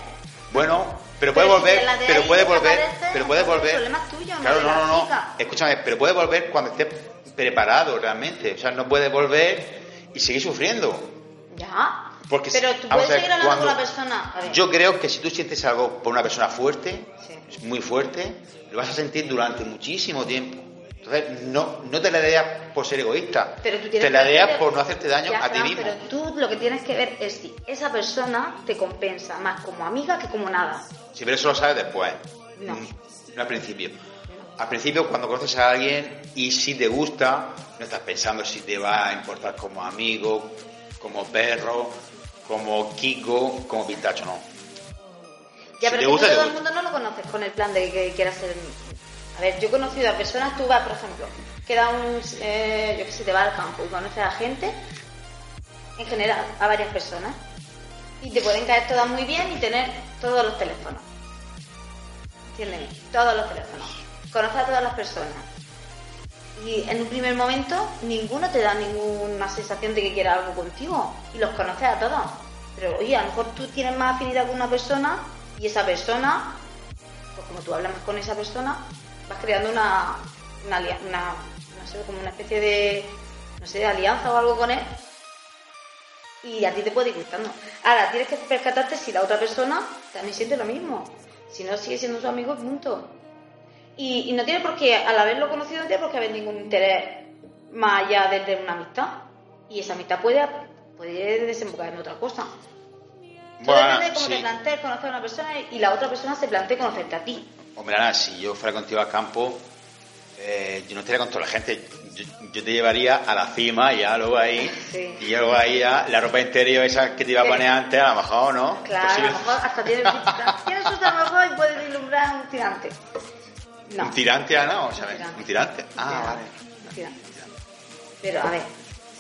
A: Bueno, pero
B: Pero
A: puede
B: si
A: volver,
B: te la de
A: pero
B: ahí
A: puede
B: y
A: volver,
B: desaparece,
A: pero puede
B: entonces
A: volver.
B: el problema es tuyo, no
A: claro,
B: de
A: no,
B: la
A: no, no.
B: chica.
A: Escúchame, pero puede volver cuando estés preparado realmente. O sea, no puede volver y seguir sufriendo.
B: Ya.
A: Porque si-
B: Pero tú
A: vamos
B: puedes
A: a ver,
B: seguir hablando
A: cuando-
B: con una persona. A ver,
A: Yo creo que si tú sientes algo por una persona fuerte,
B: Sí.
A: muy fuerte, lo vas a sentir durante muchísimo tiempo. Entonces, no, no te la deas por ser egoísta.
B: Pero tú tienes
A: te la
B: que
A: deas
B: ver-
A: por no hacerte daño
B: Ya,
A: a ti
B: Fran,
A: mismo.
B: Pero tú lo que tienes que ver es si esa persona te compensa más como amiga que como nada.
A: Si pero eso lo sabes después.
B: No.
A: No al principio. Al principio, cuando conoces a alguien y si te gusta, no estás pensando si te va a importar como amigo, como perro, como Kiko, como Pintacho, no.
B: Ya,
A: Si
B: pero
A: te
B: que
A: gusta,
B: no
A: te
B: todo el
A: gusta.
B: mundo no lo conoces con el plan de que quieras ser. A ver, yo he conocido a personas, tú vas, por ejemplo, queda un. eh, yo que sé, te vas al campo y conoces a gente, en general, a varias personas. Y te pueden caer todas muy bien y tener todos los teléfonos. Entiéndeme, todos los teléfonos. Conoces a todas las personas. Y en un primer momento, ninguno te da ninguna sensación de que quiera algo contigo. Y los conoces a todos. Pero oye, a lo mejor tú tienes más afinidad con una persona y esa persona, pues como tú hablas más con esa persona, vas creando una, una, alia- una- no sé, como una especie de, no sé, de alianza o algo con él. Y a ti te puede ir gustando. Ahora, tienes que percatarte si la otra persona también siente lo mismo. Si no, sigue siendo su amigo, punto. Y, y no tiene por qué, al haberlo conocido, no tiene por qué haber ningún interés más allá de tener una amistad. Y esa amistad puede, puede desembocar en otra cosa. Todo depende de cómo
A: sí.
B: te plantees conocer a una persona y la otra persona se plantee conocerte a ti.
A: Hombre, Ana, Pues si yo fuera contigo al campo, eh, yo no estaría con toda la gente. Yo, yo te llevaría a la cima, ya luego ahí.
B: Sí.
A: Y luego ahí ya la ropa interior, esa que te iba a
B: Sí.
A: poner antes, a lo mejor, ¿no? Pues
B: Claro, a
A: Posible.
B: lo mejor hasta tienes, tienes un trabajo y puedes vislumbrar un tirante. No.
A: ¿Un tirante, Ana? O sea,
B: Un tirante.
A: ¿Un tirante? Ah,
B: Tirante.
A: vale.
B: Un tirante. Pero, a ver,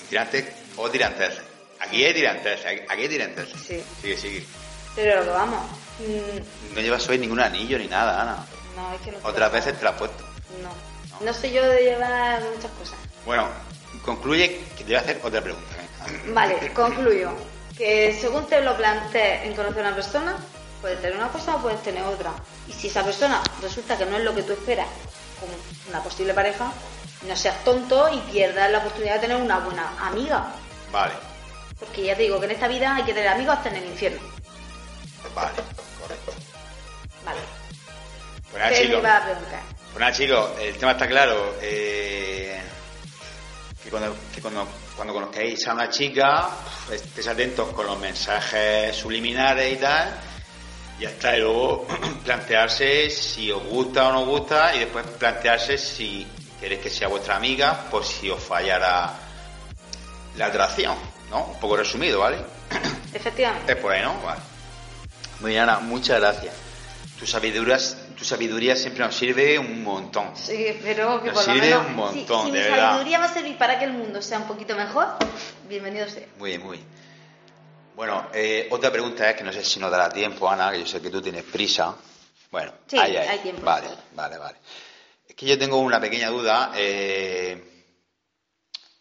A: Un tirante o tirantes. Aquí es tirantes, aquí es tirantes.
B: Sí.
A: Sigue, sigue.
B: pero lo que vamos. mm,
A: No llevas hoy ningún anillo ni nada, Ana.
B: no, es que no. sé.
A: Otras veces te lo has puesto.
B: No. No sé yo de llevar muchas cosas.
A: Bueno, concluye que te voy a hacer otra pregunta. venga.
B: Vale, concluyo. Que según te lo plantees en conocer a una persona, puedes tener una cosa o puedes tener otra. Y si esa persona resulta que no es lo que tú esperas como una posible pareja, no seas tonto y pierdas la oportunidad de tener una buena amiga.
A: Vale,
B: Porque ya te digo que en esta vida hay que tener amigos hasta en el infierno.
A: vale, correcto.
B: Vale.
A: Pues nada,
B: ¿Qué me
A: chicos.
B: iba a preguntar?
A: Pues nada, chicos, el tema está claro. eh, que cuando, que cuando, cuando conozcáis a una chica, pues, estéis atentos con los mensajes subliminares y tal. Y hasta luego plantearse si os gusta o no os gusta y después plantearse si queréis que sea vuestra amiga por si os fallara la atracción, ¿no? Un poco resumido, ¿vale?
B: Efectivamente.
A: Es por ahí, ¿no? Vale. Muy bien, Ana, muchas gracias. Tu sabiduría, tu sabiduría siempre nos sirve un montón.
B: Sí, pero que
A: Nos
B: por lo
A: sirve
B: menos.
A: un montón,
B: si, si
A: de
B: mi
A: verdad.
B: sabiduría va a servir para que el mundo sea un poquito mejor, bienvenido sea.
A: Muy bien, muy bien. Bueno, eh, otra pregunta es que no sé si nos dará tiempo, Ana, que yo sé que tú tienes prisa. Bueno,
B: Sí,
A: ahí, ahí.
B: hay tiempo.
A: Vale, vale, vale. Es que yo tengo una pequeña duda. eh,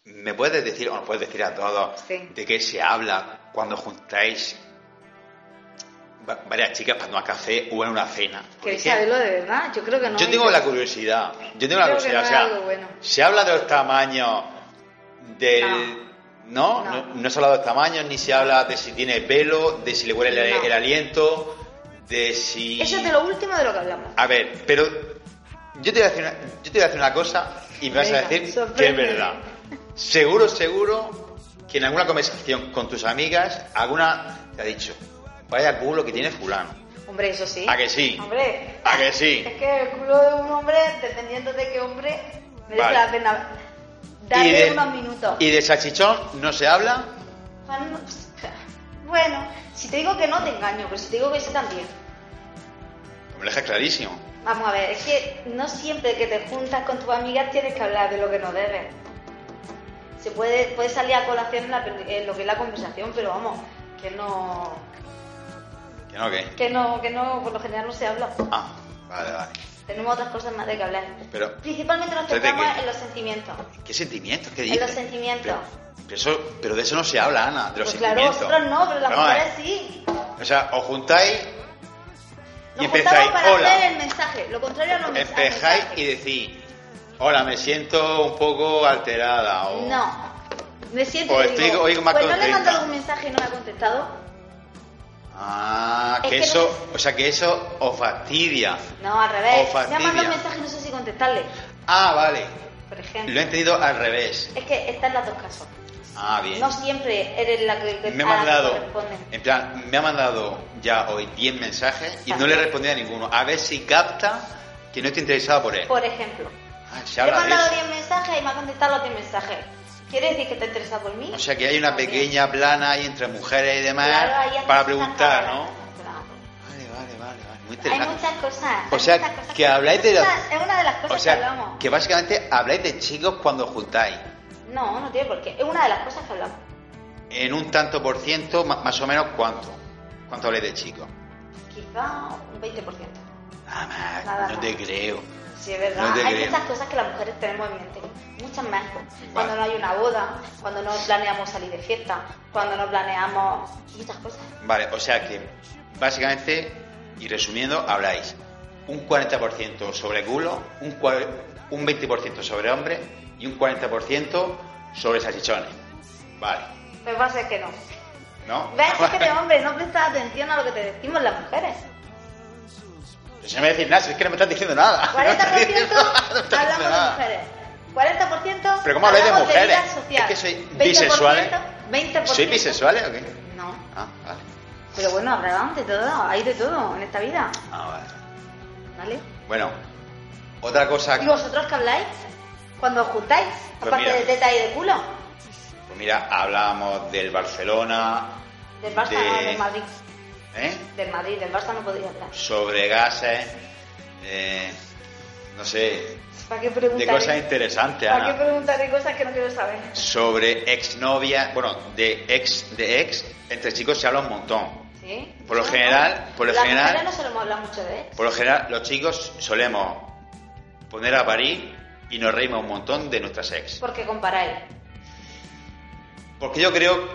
A: ¿Me puedes decir, o nos puedes decir a todos,
B: Sí.
A: de qué se habla cuando juntáis va- varias chicas para tomar café o en una cena? Porque
B: ¿Queréis
A: es que-
B: saberlo de verdad? Yo creo que no.
A: Yo
B: hay
A: tengo
B: que-
A: la curiosidad. Yo tengo la
B: Creo que
A: curiosidad.
B: no
A: o
B: es
A: sea,
B: algo bueno.
A: se habla de los tamaños del. ¿No? No,
B: No.
A: no se habla de los tamaños, ni se habla de si tiene pelo, de si le huele el,
B: No.
A: el aliento, de si.
B: Eso es de lo último de lo que hablamos.
A: A ver, pero. Yo te voy a decir una, yo te voy a decir una cosa y me vas
B: Venga,
A: a decir que es
B: sorpréndeme.
A: verdad. Seguro, seguro que en alguna conversación con tus amigas, alguna te ha dicho, vaya culo que tiene fulano.
B: Hombre, eso sí.
A: ¿A que sí?
B: Hombre.
A: ¿A que sí?
B: Es que el culo de un hombre, dependiendo de qué hombre, merece
A: Vale.
B: la pena darle
A: y de,
B: unos minutos.
A: Y de salchichón no se habla.
B: Juan, pues, Bueno, si te digo que no, te engaño, pero si te digo que sí también.
A: Me lo deja clarísimo.
B: Vamos a ver, es que no siempre que te juntas con tus amigas tienes que hablar de lo que no debes. Se puede, puede salir a colación en, la- en lo que es la conversación, pero vamos, que no,
A: ¿Que no qué?
B: que no, que no, por lo general no se habla.
A: Ah, vale, vale.
B: Tenemos otras cosas más de que hablar.
A: Pero,
B: Principalmente nos
A: ¿Entonces de
B: centramos
A: qué?
B: en los sentimientos.
A: ¿qué sentimientos? ¿Qué
B: En
A: dices?
B: los sentimientos.
A: Pero, pero eso, pero de eso no se habla, Ana, de los
B: Pues claro,
A: sentimientos.
B: vosotros no, pero las
A: Vamos a ver.
B: mujeres sí.
A: O sea, os juntáis y
B: Nos
A: empezáis,
B: juntamos para
A: hola.
B: hacer el mensaje. Lo contrario no me
A: Empezáis y decís, hola, me siento un poco alterada. O...
B: No. Me siento
A: O
B: y
A: estoy
B: digo,
A: hoy más
B: pues no le he
A: contenta.
B: mandado algún mensaje y no me ha contestado.
A: Ah, que
B: Es que
A: eso, o sea, que eso os fastidia.
B: No, al revés.
A: O
B: Me ha mandado
A: fastidia.
B: un mensaje y no sé si contestarle.
A: Ah, vale.
B: Por
A: Lo he
B: ejemplo.
A: entendido al revés.
B: Es que están las dos casos.
A: Ah, bien.
B: No siempre eres la
A: me ha
B: que, a la que
A: mandado,
B: corresponde.
A: en plan, me ha mandado ya hoy 10 mensajes y no le he respondido a ninguno. A ver si capta que no estoy interesado por él.
B: Por ejemplo.
A: Ah, se
B: Pues, Le he
A: habla de
B: mandado
A: eso.
B: 10 mensajes y me ha contestado los 10 mensajes. ¿Quiere decir que te interesa por mí?
A: O sea que hay una
B: También.
A: pequeña plana ahí entre mujeres y demás
B: Claro, ahí
A: para
B: hace falta
A: preguntar,
B: hablar.
A: ¿no?
B: Claro.
A: Vale, vale, vale, vale. Muy
B: Hay
A: interesante.
B: muchas cosas.
A: O
B: hay
A: sea,
B: muchas cosas
A: que habláis de
B: Es
A: la-
B: una- Es una de las cosas
A: O sea,
B: que hablamos.
A: que básicamente habláis de chicos cuando juntáis.
B: No, no tiene por qué. Es una de las cosas que hablamos.
A: En un tanto por ciento, ma- más o menos, ¿cuánto? ¿Cuánto habláis de chicos?
B: Quizá un 20%.
A: Nada más,
B: Nada
A: no
B: más.
A: te creo.
B: Sí, es verdad.
A: No te
B: hay
A: creo.
B: muchas cosas que las mujeres tenemos en mente. Muchas más. Cuando no hay una boda, cuando no planeamos salir de fiesta, cuando no planeamos muchas cosas.
A: Vale, o sea que básicamente, y resumiendo, habláis un 40% sobre culo, un, cua- un 20% sobre hombre y un 40% sobre salchichones. Vale,
B: Pues va a ser que no.
A: ¿no?
B: ¿Ves? Es que de hombre no prestas atención a lo que te decimos las mujeres.
A: Pues no me decís nada, si es que no me estás diciendo nada. No
B: 40%
A: me estás diciendo nada, no me estás
B: hablamos
A: diciendo
B: de
A: nada.
B: mujeres. 40%
A: Pero ¿cómo habláis de
B: hablamos
A: mujeres?
B: vida social.
A: Es que soy
B: 20%,
A: bisexual.
B: 20%.
A: ¿Sois bisexuales eh, o qué?
B: No.
A: Ah, vale.
B: Pero bueno, habrá de todo. Hay de todo en esta vida.
A: Ah, vale.
B: ¿Vale?
A: Bueno, otra cosa.
B: ¿Y vosotros qué habláis? Cuando os juntáis,
A: Pues
B: aparte
A: mira.
B: de teta y de culo,
A: Pues mira, hablábamos del Barcelona.
B: del Barça
A: de-
B: no, del Madrid.
A: ¿Eh?
B: Del Madrid, del Barça no podría hablar.
A: sobre gases, eh, no sé,
B: ¿Para qué
A: de
B: preguntaré?
A: cosas interesantes,
B: ¿Para qué
A: Ana.
B: preguntaré cosas que no quiero saber?
A: Sobre exnovia, bueno, de ex, de ex, entre chicos se habla un montón.
B: ¿Sí?
A: Por lo
B: Sí,
A: general-
B: ¿no?
A: por lo
B: Las
A: general-
B: mujeres no solemos hablar mucho de ex.
A: Por lo general, los chicos solemos poner a París y nos reímos un montón de nuestras ex.
B: Porque comparáis.
A: Porque yo creo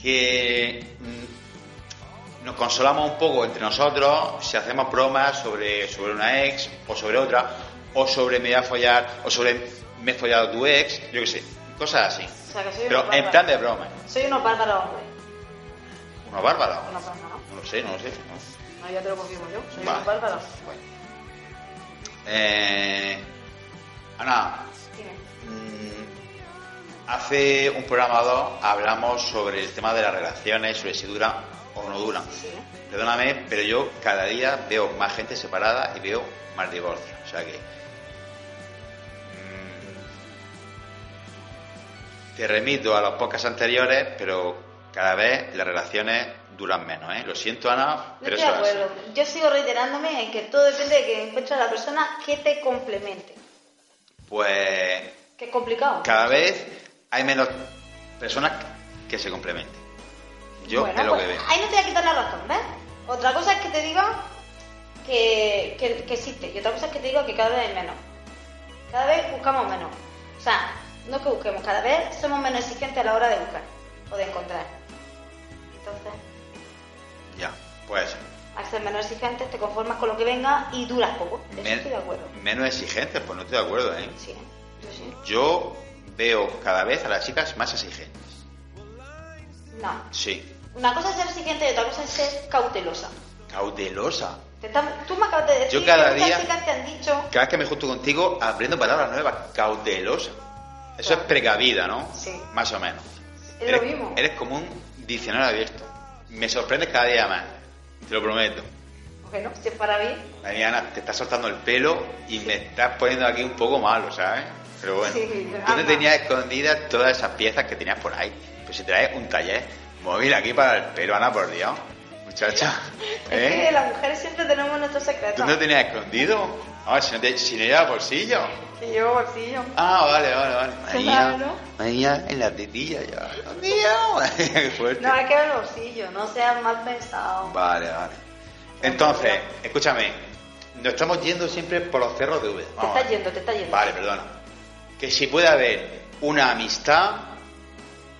A: que mm, nos consolamos un poco entre nosotros si hacemos bromas sobre, sobre una ex o sobre otra, o sobre me voy a follar, o sobre me he follado tu ex, yo qué sé, cosas así.
B: O sea, que soy
A: Pero
B: unos
A: en
B: bárbaros.
A: plan de broma.
B: Soy unos bárbaros hombres.
A: ¿Una bárbara?
B: Una persona, ¿no?
A: No lo sé, no lo sé. no.
B: No, ya te lo confirmo yo. Soy
A: Vale.
B: unos bárbaros.
A: Bueno. Eh, ah, Ana,
B: Dime.
A: Mm, Hace un programa o dos hablamos sobre el tema de las relaciones, sobre si duran o no duran.
B: Sí.
A: Perdóname, pero yo cada día veo más gente separada y veo más divorcios. O sea que. mm, Te remito a los podcasts anteriores, pero cada vez las relaciones duran menos, ¿eh? Lo siento, Ana,
B: No
A: pero
B: estoy de
A: eso es así.
B: acuerdo. Yo sigo reiterándome en que todo depende de que encuentres a la persona que te complemente.
A: Pues
B: Que es complicado.
A: cada vez hay menos personas que se complementen. Yo
B: Bueno,
A: es lo
B: pues,
A: que veo.
B: Ahí no te voy a quitar la razón, ¿ves? Otra cosa es que te diga que, que- que existe y otra cosa es que te diga que cada vez hay menos. Cada vez buscamos menos. O sea, no es que busquemos, cada vez somos menos exigentes a la hora de buscar o de encontrar. Entonces,
A: Ya, pues
B: al ser menos exigentes te conformas con lo que venga y duras poco. De eso
A: men-
B: estoy de acuerdo.
A: menos exigentes, pues no estoy de acuerdo, ¿eh?
B: Sí, yo sí.
A: Yo veo cada vez a las chicas más exigentes.
B: No.
A: Sí,
B: Una cosa es ser exigente y otra cosa es ser cautelosa.
A: cautelosa.
B: Te están- tú me acabas de decir
A: Yo cada
B: que muchas
A: día-
B: chicas te han dicho...
A: Cada vez que me junto contigo aprendo palabras nuevas, cautelosa. Eso es
B: Claro.
A: precavida, ¿no?
B: Sí.
A: Más o menos.
B: Es
A: eres,
B: lo mismo.
A: eres como un diccionario abierto. Me sorprendes cada día más, te lo prometo.
B: Bueno, si es para mí,
A: Mariana, te estás soltando el pelo y me estás poniendo aquí un poco malo, ¿sabes? Pero bueno,
B: Sí,
A: yo te
B: anda.
A: tenía escondidas todas esas piezas que tenías por ahí. Pues si traes un taller móvil aquí para el pelo, Ana, por Dios. Muchacha,
B: Es que
A: ¿eh?
B: las mujeres siempre tenemos nuestros
A: ¿Tú
B: secretos.
A: no tenías escondido? Ah, si no, te, si no llevas bolsillo.
B: Que llevo bolsillo.
A: Ah, vale, vale, vale. María,
B: Claro.
A: María, en la tetilla ya. Dios, qué fuerte.
B: No, es que el bolsillo, no seas mal pensado.
A: Vale, vale. Entonces, escúchame, nos estamos yendo siempre por los cerros de V.
B: Te está yendo, te está yendo.
A: Vale, perdona. Que si puede haber una amistad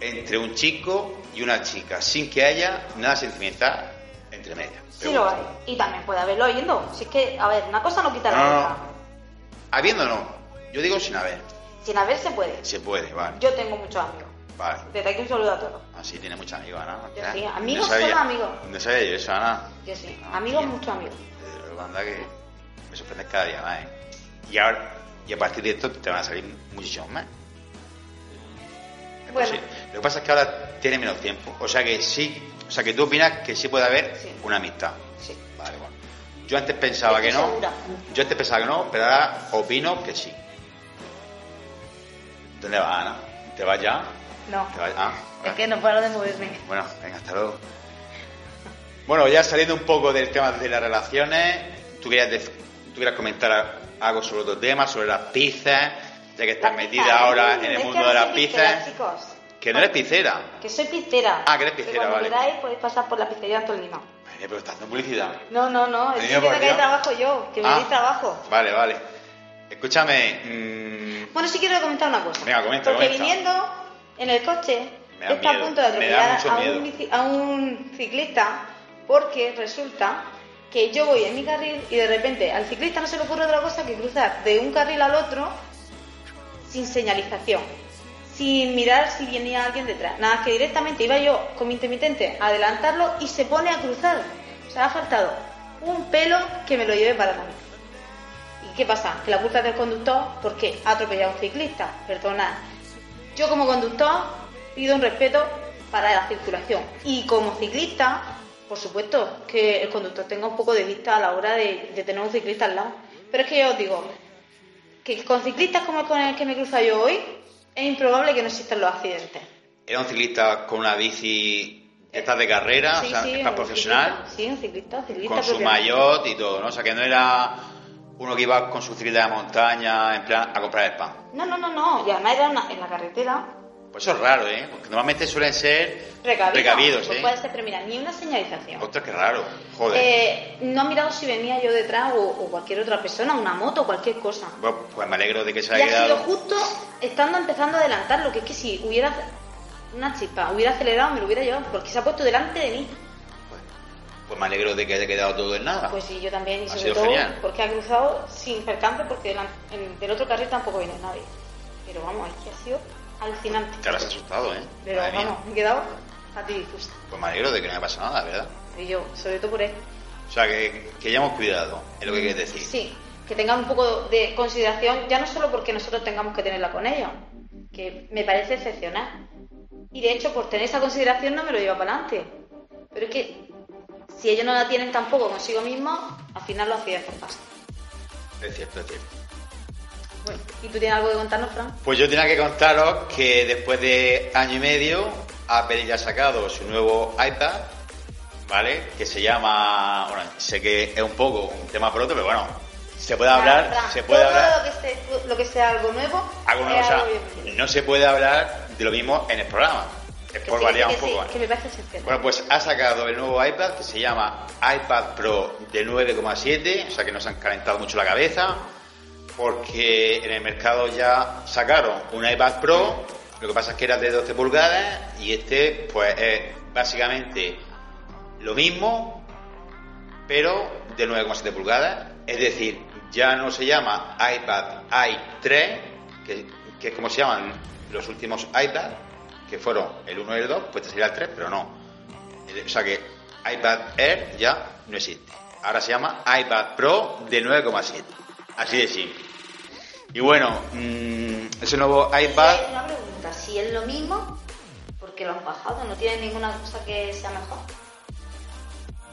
A: entre un chico y una chica, sin que haya nada sentimental entre medias.
B: Sí lo hay. Y también puede haberlo oyendo. Si es que, a ver, una cosa no quita
A: No,
B: la
A: no,
B: otra.
A: no. Habiendo no. Yo digo sin haber.
B: Sin haber se puede.
A: Se puede, vale.
B: Yo tengo muchos amigos.
A: Vale.
B: Desde aquí un saludo a todos.
A: Así Ah, tiene muchos amigos, Ana.
B: Yo
A: ¿eh?
B: sí, amigos
A: sabía-
B: solo amigos.
A: No sabía yo eso, Ana.
B: Yo sí.
A: Ah,
B: Amigos,
A: bien.
B: muchos amigos.
A: Pero banda que me sorprende cada día más, ¿eh? Y ahora, y a partir de esto te van a salir muchísimos más. Es
B: Bueno.
A: posible. Lo que pasa es que ahora tiene menos tiempo. O sea que sí, o sea que tú opinas que sí puede haber
B: Sí.
A: una amistad.
B: Sí.
A: Vale, bueno. Yo antes pensaba que
B: Estoy
A: no.
B: segura.
A: Yo antes pensaba que no, pero ahora opino que sí. ¿Dónde vas, Ana? ¿Te vas ya?
B: No.
A: ¿Te vas? Ah,
B: Es
A: vale.
B: que no paro de moverme.
A: Bueno, venga, hasta luego. Bueno, ya saliendo un poco del tema de las relaciones, tú querías, dec- tú querías comentar algo sobre otro tema, sobre las pizzas, ya que estás
B: La pizza,
A: metida ahora
B: mm,
A: en
B: es
A: el
B: que
A: mundo
B: ahora
A: de las
B: soy pizzería,
A: pizzas.
B: chicos.
A: Que no eres pizzera.
B: Que soy pizzera.
A: Ah, que eres pizzera,
B: cuando
A: vale.
B: queráis podéis pasar por la pizzería Antolino.
A: Vale, pero estás haciendo publicidad.
B: No, no, no. Es
A: Venía
B: que me
A: por
B: cae
A: acá.
B: trabajo yo. Que me
A: Ah.
B: di trabajo.
A: Vale, vale. Escúchame, mm,
B: Bueno, sí quiero comentar una cosa.
A: Venga, comenta,
B: Porque
A: comenta.
B: viniendo en el coche,
A: Me da
B: está
A: miedo,
B: a punto de
A: me da
B: atropellar
A: mucho
B: a
A: miedo.
B: un, bici- a un ciclista porque resulta que yo voy en mi carril y de repente al ciclista no se le ocurre otra cosa que cruzar de un carril al otro sin señalización, sin mirar si venía alguien detrás. Nada, que directamente iba yo con mi intermitente a adelantarlo y se pone a cruzar. O sea, ha faltado un pelo que me lo lleve para adelante. ¿Y qué pasa? Que la culpa es del conductor porque ha atropellado a un ciclista. Perdonad. Yo como conductor pido un respeto para la circulación. Y como ciclista, por supuesto, que el conductor tenga un poco de vista a la hora de, de tener un ciclista al lado. Pero es que yo os digo, que con ciclistas como el con el que me he cruzado yo hoy, es improbable que no existan los accidentes.
A: era un ciclista con una bici, estás de carrera, Ah, o sea, que estás
B: un
A: profesional,
B: ciclista, sí, un ciclista, un ciclista
A: con su
B: propiamente.
A: maillot y todo, ¿no? O sea, que no era uno que iba con su cicleta de montaña en plan a comprar el pan.
B: No, no, no, no. Y además era una- en la carretera.
A: Pues eso es raro, ¿eh? Porque normalmente suelen ser
B: Precavido.
A: precavidos,
B: Pues
A: ¿eh?
B: puede ser, pero mira, ni una señalización.
A: Ostras, qué raro. Joder.
B: Eh, no ha mirado si venía yo detrás o, o cualquier otra persona, una moto, cualquier cosa.
A: Bueno, pues me alegro de que se
B: Y
A: haya
B: ha sido
A: quedado.
B: justo estando empezando a adelantar, lo que es que si hubiera una chispa, hubiera acelerado, me lo hubiera llevado, porque se ha puesto delante de mí.
A: Pues me alegro de que haya quedado todo en nada.
B: Pues sí, yo también, y
A: Ah. Ha
B: sobre
A: sido
B: todo
A: genial.
B: porque ha cruzado sin percance, porque delan- en- del otro carril tampoco viene nadie. Pero vamos, es que ha sido alucinante.
A: Te habrás asustado, ¿eh?
B: Pero
A: Madre mía.
B: vamos, me he quedado a ti disgusta.
A: Pues me alegro de que no haya pasado nada, ¿verdad?
B: Y yo, sobre todo por él.
A: O sea, que, que hayamos cuidado, es lo que quieres decir.
B: Sí, que tengan un poco de consideración, ya no solo porque nosotros tengamos que tenerla con ellos, que me parece excepcional. Y de hecho, por tener esa consideración no me lo lleva para adelante. Pero es que si ellos no la tienen tampoco consigo mismos, al final los accidentes pasan.
A: Es cierto, es cierto.
B: Bueno, ¿y tú tienes algo que contarnos, Fran?
A: Pues yo tenía que contaros que después de año y medio, Apple ya ha sacado su nuevo iPad, ¿vale? Que se llama. Bueno, sé que es un poco un tema pronto, pero bueno, se puede hablar,
B: Fran,
A: se puede
B: todo
A: hablar.
B: Lo que, sea, lo que sea algo nuevo,
A: Algo nuevo,
B: es
A: o sea,
B: algo bienvenido.
A: no se puede hablar de lo mismo en el programa. Es
B: Que
A: por
B: sí,
A: variar
B: que
A: un
B: sí,
A: poco. ¿vale?
B: que me parece excepcional.
A: Bueno, pues ha sacado el nuevo iPad que se llama iPad Pro de 9,7, o sea que nos han calentado mucho la cabeza, porque en el mercado ya sacaron un iPad Pro, lo que pasa es que era de 12 pulgadas y este pues es básicamente lo mismo, pero de 9,7 pulgadas, es decir, ya no se llama iPad i3, que, que es como se llaman los últimos iPad, que fueron el 1 y el 2, pues este sería el 3, pero no. El- O sea que iPad Air ya no existe. Ahora se llama iPad Pro de 9,7. Así de simple. Y bueno, mm, ese nuevo iPad...
B: Sí, Una pregunta, si es lo mismo, porque lo han bajado, no tienen ninguna cosa que sea mejor.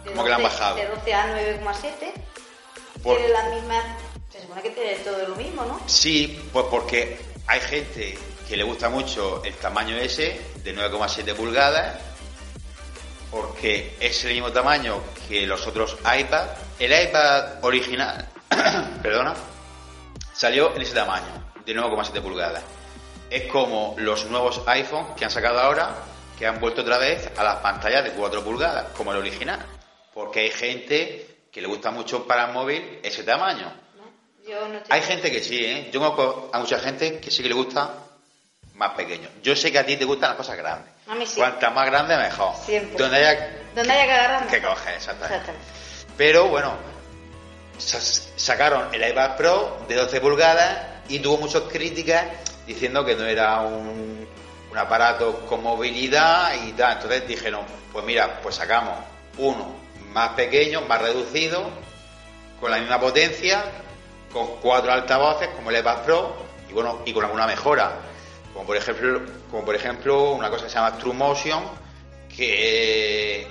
B: De
A: ¿Cómo que lo han
B: 12
A: bajado?
B: De 12 a 9,7.
A: Por-
B: Tiene las mismas. Se supone que tiene todo lo mismo, ¿no?
A: Sí, pues porque hay gente que le gusta mucho el tamaño ese de 9,7 pulgadas, porque es el mismo tamaño que los otros iPad. El iPad original, perdona, salió en ese tamaño, de 9,7 pulgadas. Es como los nuevos iPhones que han sacado ahora, que han vuelto otra vez a las pantallas de 4 pulgadas, como el original. Porque hay gente que le gusta mucho para el móvil ese tamaño.
B: ¿No? Yo no estoy-
A: Hay gente que sí, ¿eh? Yo conozco a mucha gente que sí que le gusta más pequeño. Yo sé que a ti te gustan las cosas grandes.
B: A mí sí.
A: Cuantas más grandes, mejor.
B: Siempre.
A: Donde haya
B: ¿Dónde haya que agarrar?
A: que coger, exactamente.
B: Exactamente.
A: Pero bueno, sa- sacaron el iPad Pro de 12 pulgadas y tuvo muchas críticas diciendo que no era un, un aparato con movilidad y tal. Entonces dijeron, pues mira, pues sacamos uno más pequeño, más reducido, con la misma potencia, con cuatro altavoces como el iPad Pro y bueno, y con alguna mejora. Como por ejemplo, como por ejemplo una cosa que se llama True Motion, que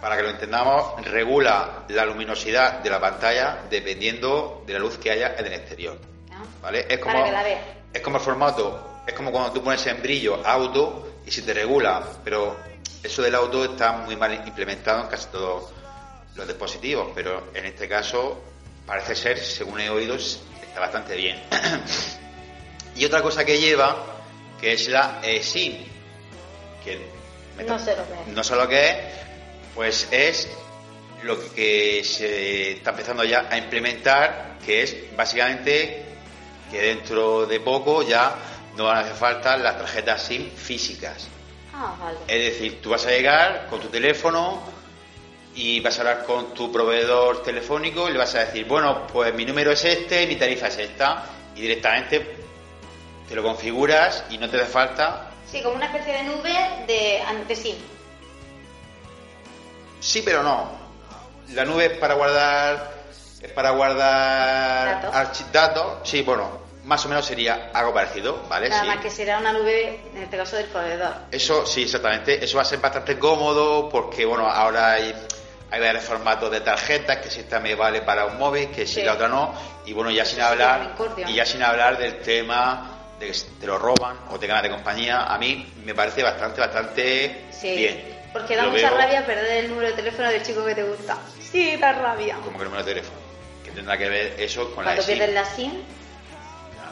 A: para que lo entendamos, regula la luminosidad de la pantalla dependiendo de la luz que haya en el exterior.
B: ¿no?
A: ¿Vale? Es
B: Para
A: como,
B: que la vea.
A: es como el formato, es como cuando tú pones en brillo auto y se te regula, pero eso del auto está muy mal implementado en casi todos los dispositivos, pero en este caso parece ser, según he oído, está bastante bien. y otra cosa que lleva, que es la eSIM, que me-
B: No sé lo que es.
A: no sé lo que es, pues es lo que se está empezando ya a implementar, que es básicamente que dentro de poco ya no van a hacer falta las tarjetas SIM físicas.
B: Ah, vale.
A: Es decir, tú vas a llegar con tu teléfono y vas a hablar con tu proveedor telefónico y le vas a decir, bueno, pues mi número es este, mi tarifa es esta, y directamente te lo configuras y no te hace falta
B: Sí, como una especie de nube de, ante sí.
A: Sí, pero no. La nube es para guardar es para guardar
B: Datos.
A: archi- datos. Sí, bueno, más o menos sería algo parecido, ¿vale?
B: Nada
A: Sí.
B: más que será una nube, en este caso, del proveedor.
A: Eso sí, exactamente. Eso va a ser bastante cómodo porque, bueno, ahora hay, hay varios formatos de tarjetas, que si esta me vale para un móvil, que si
B: Sí.
A: la otra no. Y bueno, ya sin
B: Eso es
A: hablar
B: un incordio.
A: y ya sin hablar del tema de que te lo roban o te ganas de compañía, a mí me parece bastante, bastante
B: Sí.
A: bien.
B: Porque da
A: Lo
B: mucha
A: veo
B: rabia perder el número de teléfono del chico que te gusta. Sí, da rabia.
A: Como que no me lo teléfono. Que tendrá que ver eso con
B: Cuando
A: la SIM.
B: pierdes la SIM,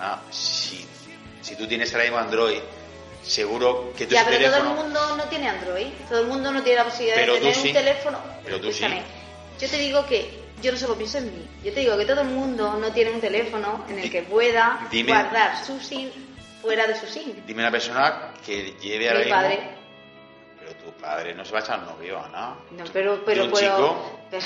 A: Ah, si, si tú tienes ahora mismo Android, seguro que tu
B: ya, pero
A: teléfono.
B: todo el mundo no tiene Android, todo el mundo no tiene la posibilidad
A: Pero
B: de
A: tú
B: tener
A: sí.
B: un teléfono.
A: Pero tú sí.
B: Escúchame, Yo te digo que yo no solo pienso en mí, yo te digo que todo el mundo no tiene un teléfono en el
A: Di-
B: que pueda
A: dime-
B: guardar su SIM fuera de su SIM.
A: Dime una persona que lleve ahora
B: Mi
A: mismo.
B: padre.
A: Pero tu padre no se va a echar novio, Ana.
B: No, pero, pero
A: un
B: puedo.
A: chico?
B: pero-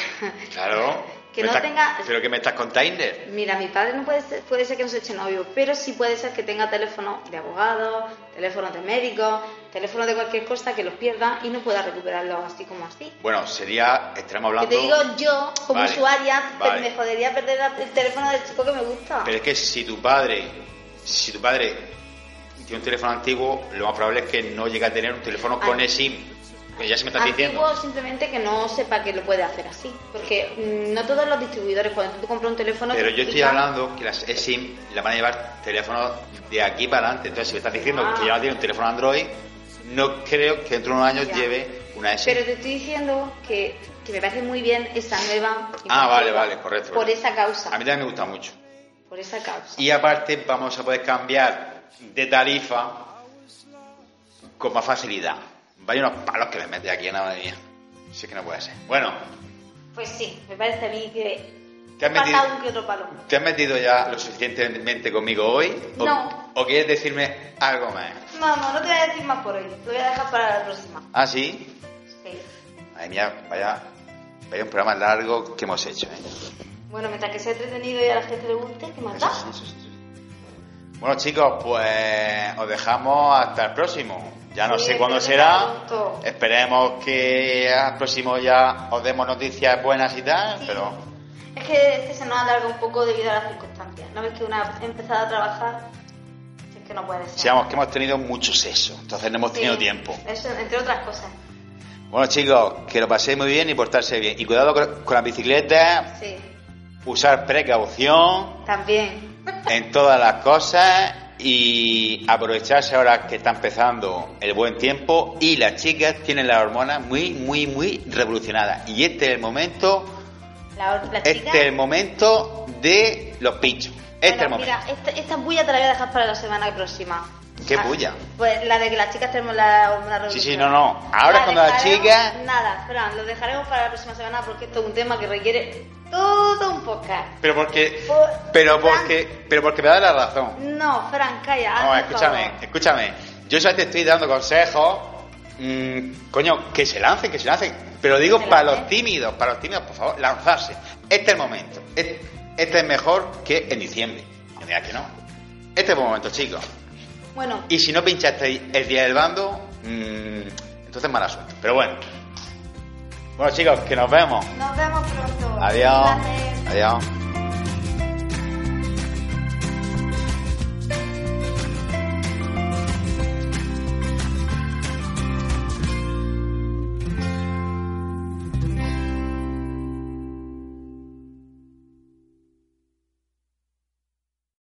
A: Claro.
B: Que
A: Me
B: no
A: estás-
B: tenga-
A: Pero que me estás con Tinder.
B: Mira, mi padre no puede ser, puede ser que no se eche novio, pero sí puede ser que tenga teléfono de abogado, teléfono de médico, teléfono de cualquier cosa que los pierda y no pueda recuperarlos así como así.
A: Bueno, sería, estaremos
B: Que
A: hablando.
B: te digo yo, como
A: Vale,
B: usuaria, pe-
A: vale.
B: me jodería perder la- el teléfono del chico que me gusta.
A: Pero es que si tu padre, si tu padre tiene un teléfono antiguo, lo más probable es que no llegue a tener un teléfono con
B: Ah.
A: eSIM. Que ya se me estás
B: Antiguo
A: diciendo.
B: simplemente que no sepa que lo puede hacer así, porque mm, no todos los distribuidores cuando tú compras un teléfono...
A: Pero
B: te
A: yo estoy
B: explican-
A: hablando que las eSIM la van a llevar teléfonos de aquí para adelante. Entonces, si me estás diciendo
B: Ah.
A: que ya no tiene un teléfono Android, no creo que dentro de unos años
B: Ya.
A: lleve una eSIM.
B: Pero te estoy diciendo que, que me parece muy bien esa nueva...
A: Ah,
B: iniciativa
A: vale, vale, correcto.
B: Por
A: correcto.
B: esa causa,
A: A mí también me gusta mucho.
B: por esa causa.
A: Y aparte vamos a poder cambiar de tarifa con más facilidad. Vaya unos palos que me mete aquí, nada mía. Si es que no puede ser. Bueno,
B: Pues sí, me parece a mí que...
A: ¿Te has
B: pasa
A: metido?
B: un que otro palo.
A: ¿te has metido ya lo suficientemente conmigo hoy? ¿O-
B: No.
A: ¿O quieres decirme algo más?
B: No, no, no te voy a decir más por hoy, te voy a dejar para la próxima.
A: ¿Ah, sí?
B: Sí.
A: Ay, mía, vaya, vaya un programa largo que hemos hecho. ¿eh?
B: Bueno, mientras que sea entretenido y a la gente le guste, ¿qué más da?
A: Eso sí, eso sí, eso sí. Bueno, chicos, pues os dejamos hasta el próximo. Ya no
B: Sí,
A: sé cuándo
B: esperemos
A: será.
B: que pronto.
A: Esperemos que al próximo ya os demos noticias buenas y tal,
B: Sí.
A: pero
B: Es que este se nos alarga un poco debido a las circunstancias. No ves que una vez empezada a trabajar, si es que no puede ser.
A: seamos que hemos tenido mucho sexo, entonces no hemos
B: Sí,
A: tenido tiempo.
B: Eso, entre otras cosas.
A: Bueno, chicos, que lo paséis muy bien y portarse bien. Y cuidado con, con las bicicletas,
B: Sí,
A: usar precaución
B: también.
A: en todas las cosas y aprovecharse ahora que está empezando el buen tiempo y las chicas tienen las hormonas muy, muy, muy revolucionadas. Y este es el momento,
B: La, la
A: este
B: chica-
A: es el momento de los pinchos. Este es el
B: Bueno,
A: momento.
B: mira, esta, esta bulla te la voy a dejar para la semana próxima.
A: ¿Qué bulla?
B: Pues la de que las chicas tenemos la, una
A: Sí,
B: revolución.
A: sí, no, no. Ahora cuando las
B: dejaremos-
A: chicas-
B: Nada, Fran, lo dejaremos para la próxima semana porque esto es un tema que requiere todo un podcast.
A: Pero porque,
B: Por-
A: pero
B: Fran-
A: porque, pero porque me da la razón.
B: No, Fran, calla.
A: No,
B: hazme el
A: escúchame,
B: favor.
A: escúchame. Yo ya te estoy dando consejos. Mm, coño, que se lancen, que se lancen. Pero digo
B: Que se
A: para
B: lancen.
A: los tímidos, para los tímidos, por favor, lanzarse. Este es el momento. Este, este es mejor que en diciembre. No me digas que no. Este es el momento, chicos.
B: Bueno,
A: Y si no pinchasteis el día del bando, mm, entonces mala suerte. Pero bueno. Bueno, chicos, que nos vemos.
B: nos vemos pronto.
A: Adiós.
B: Un placer.
A: Adiós.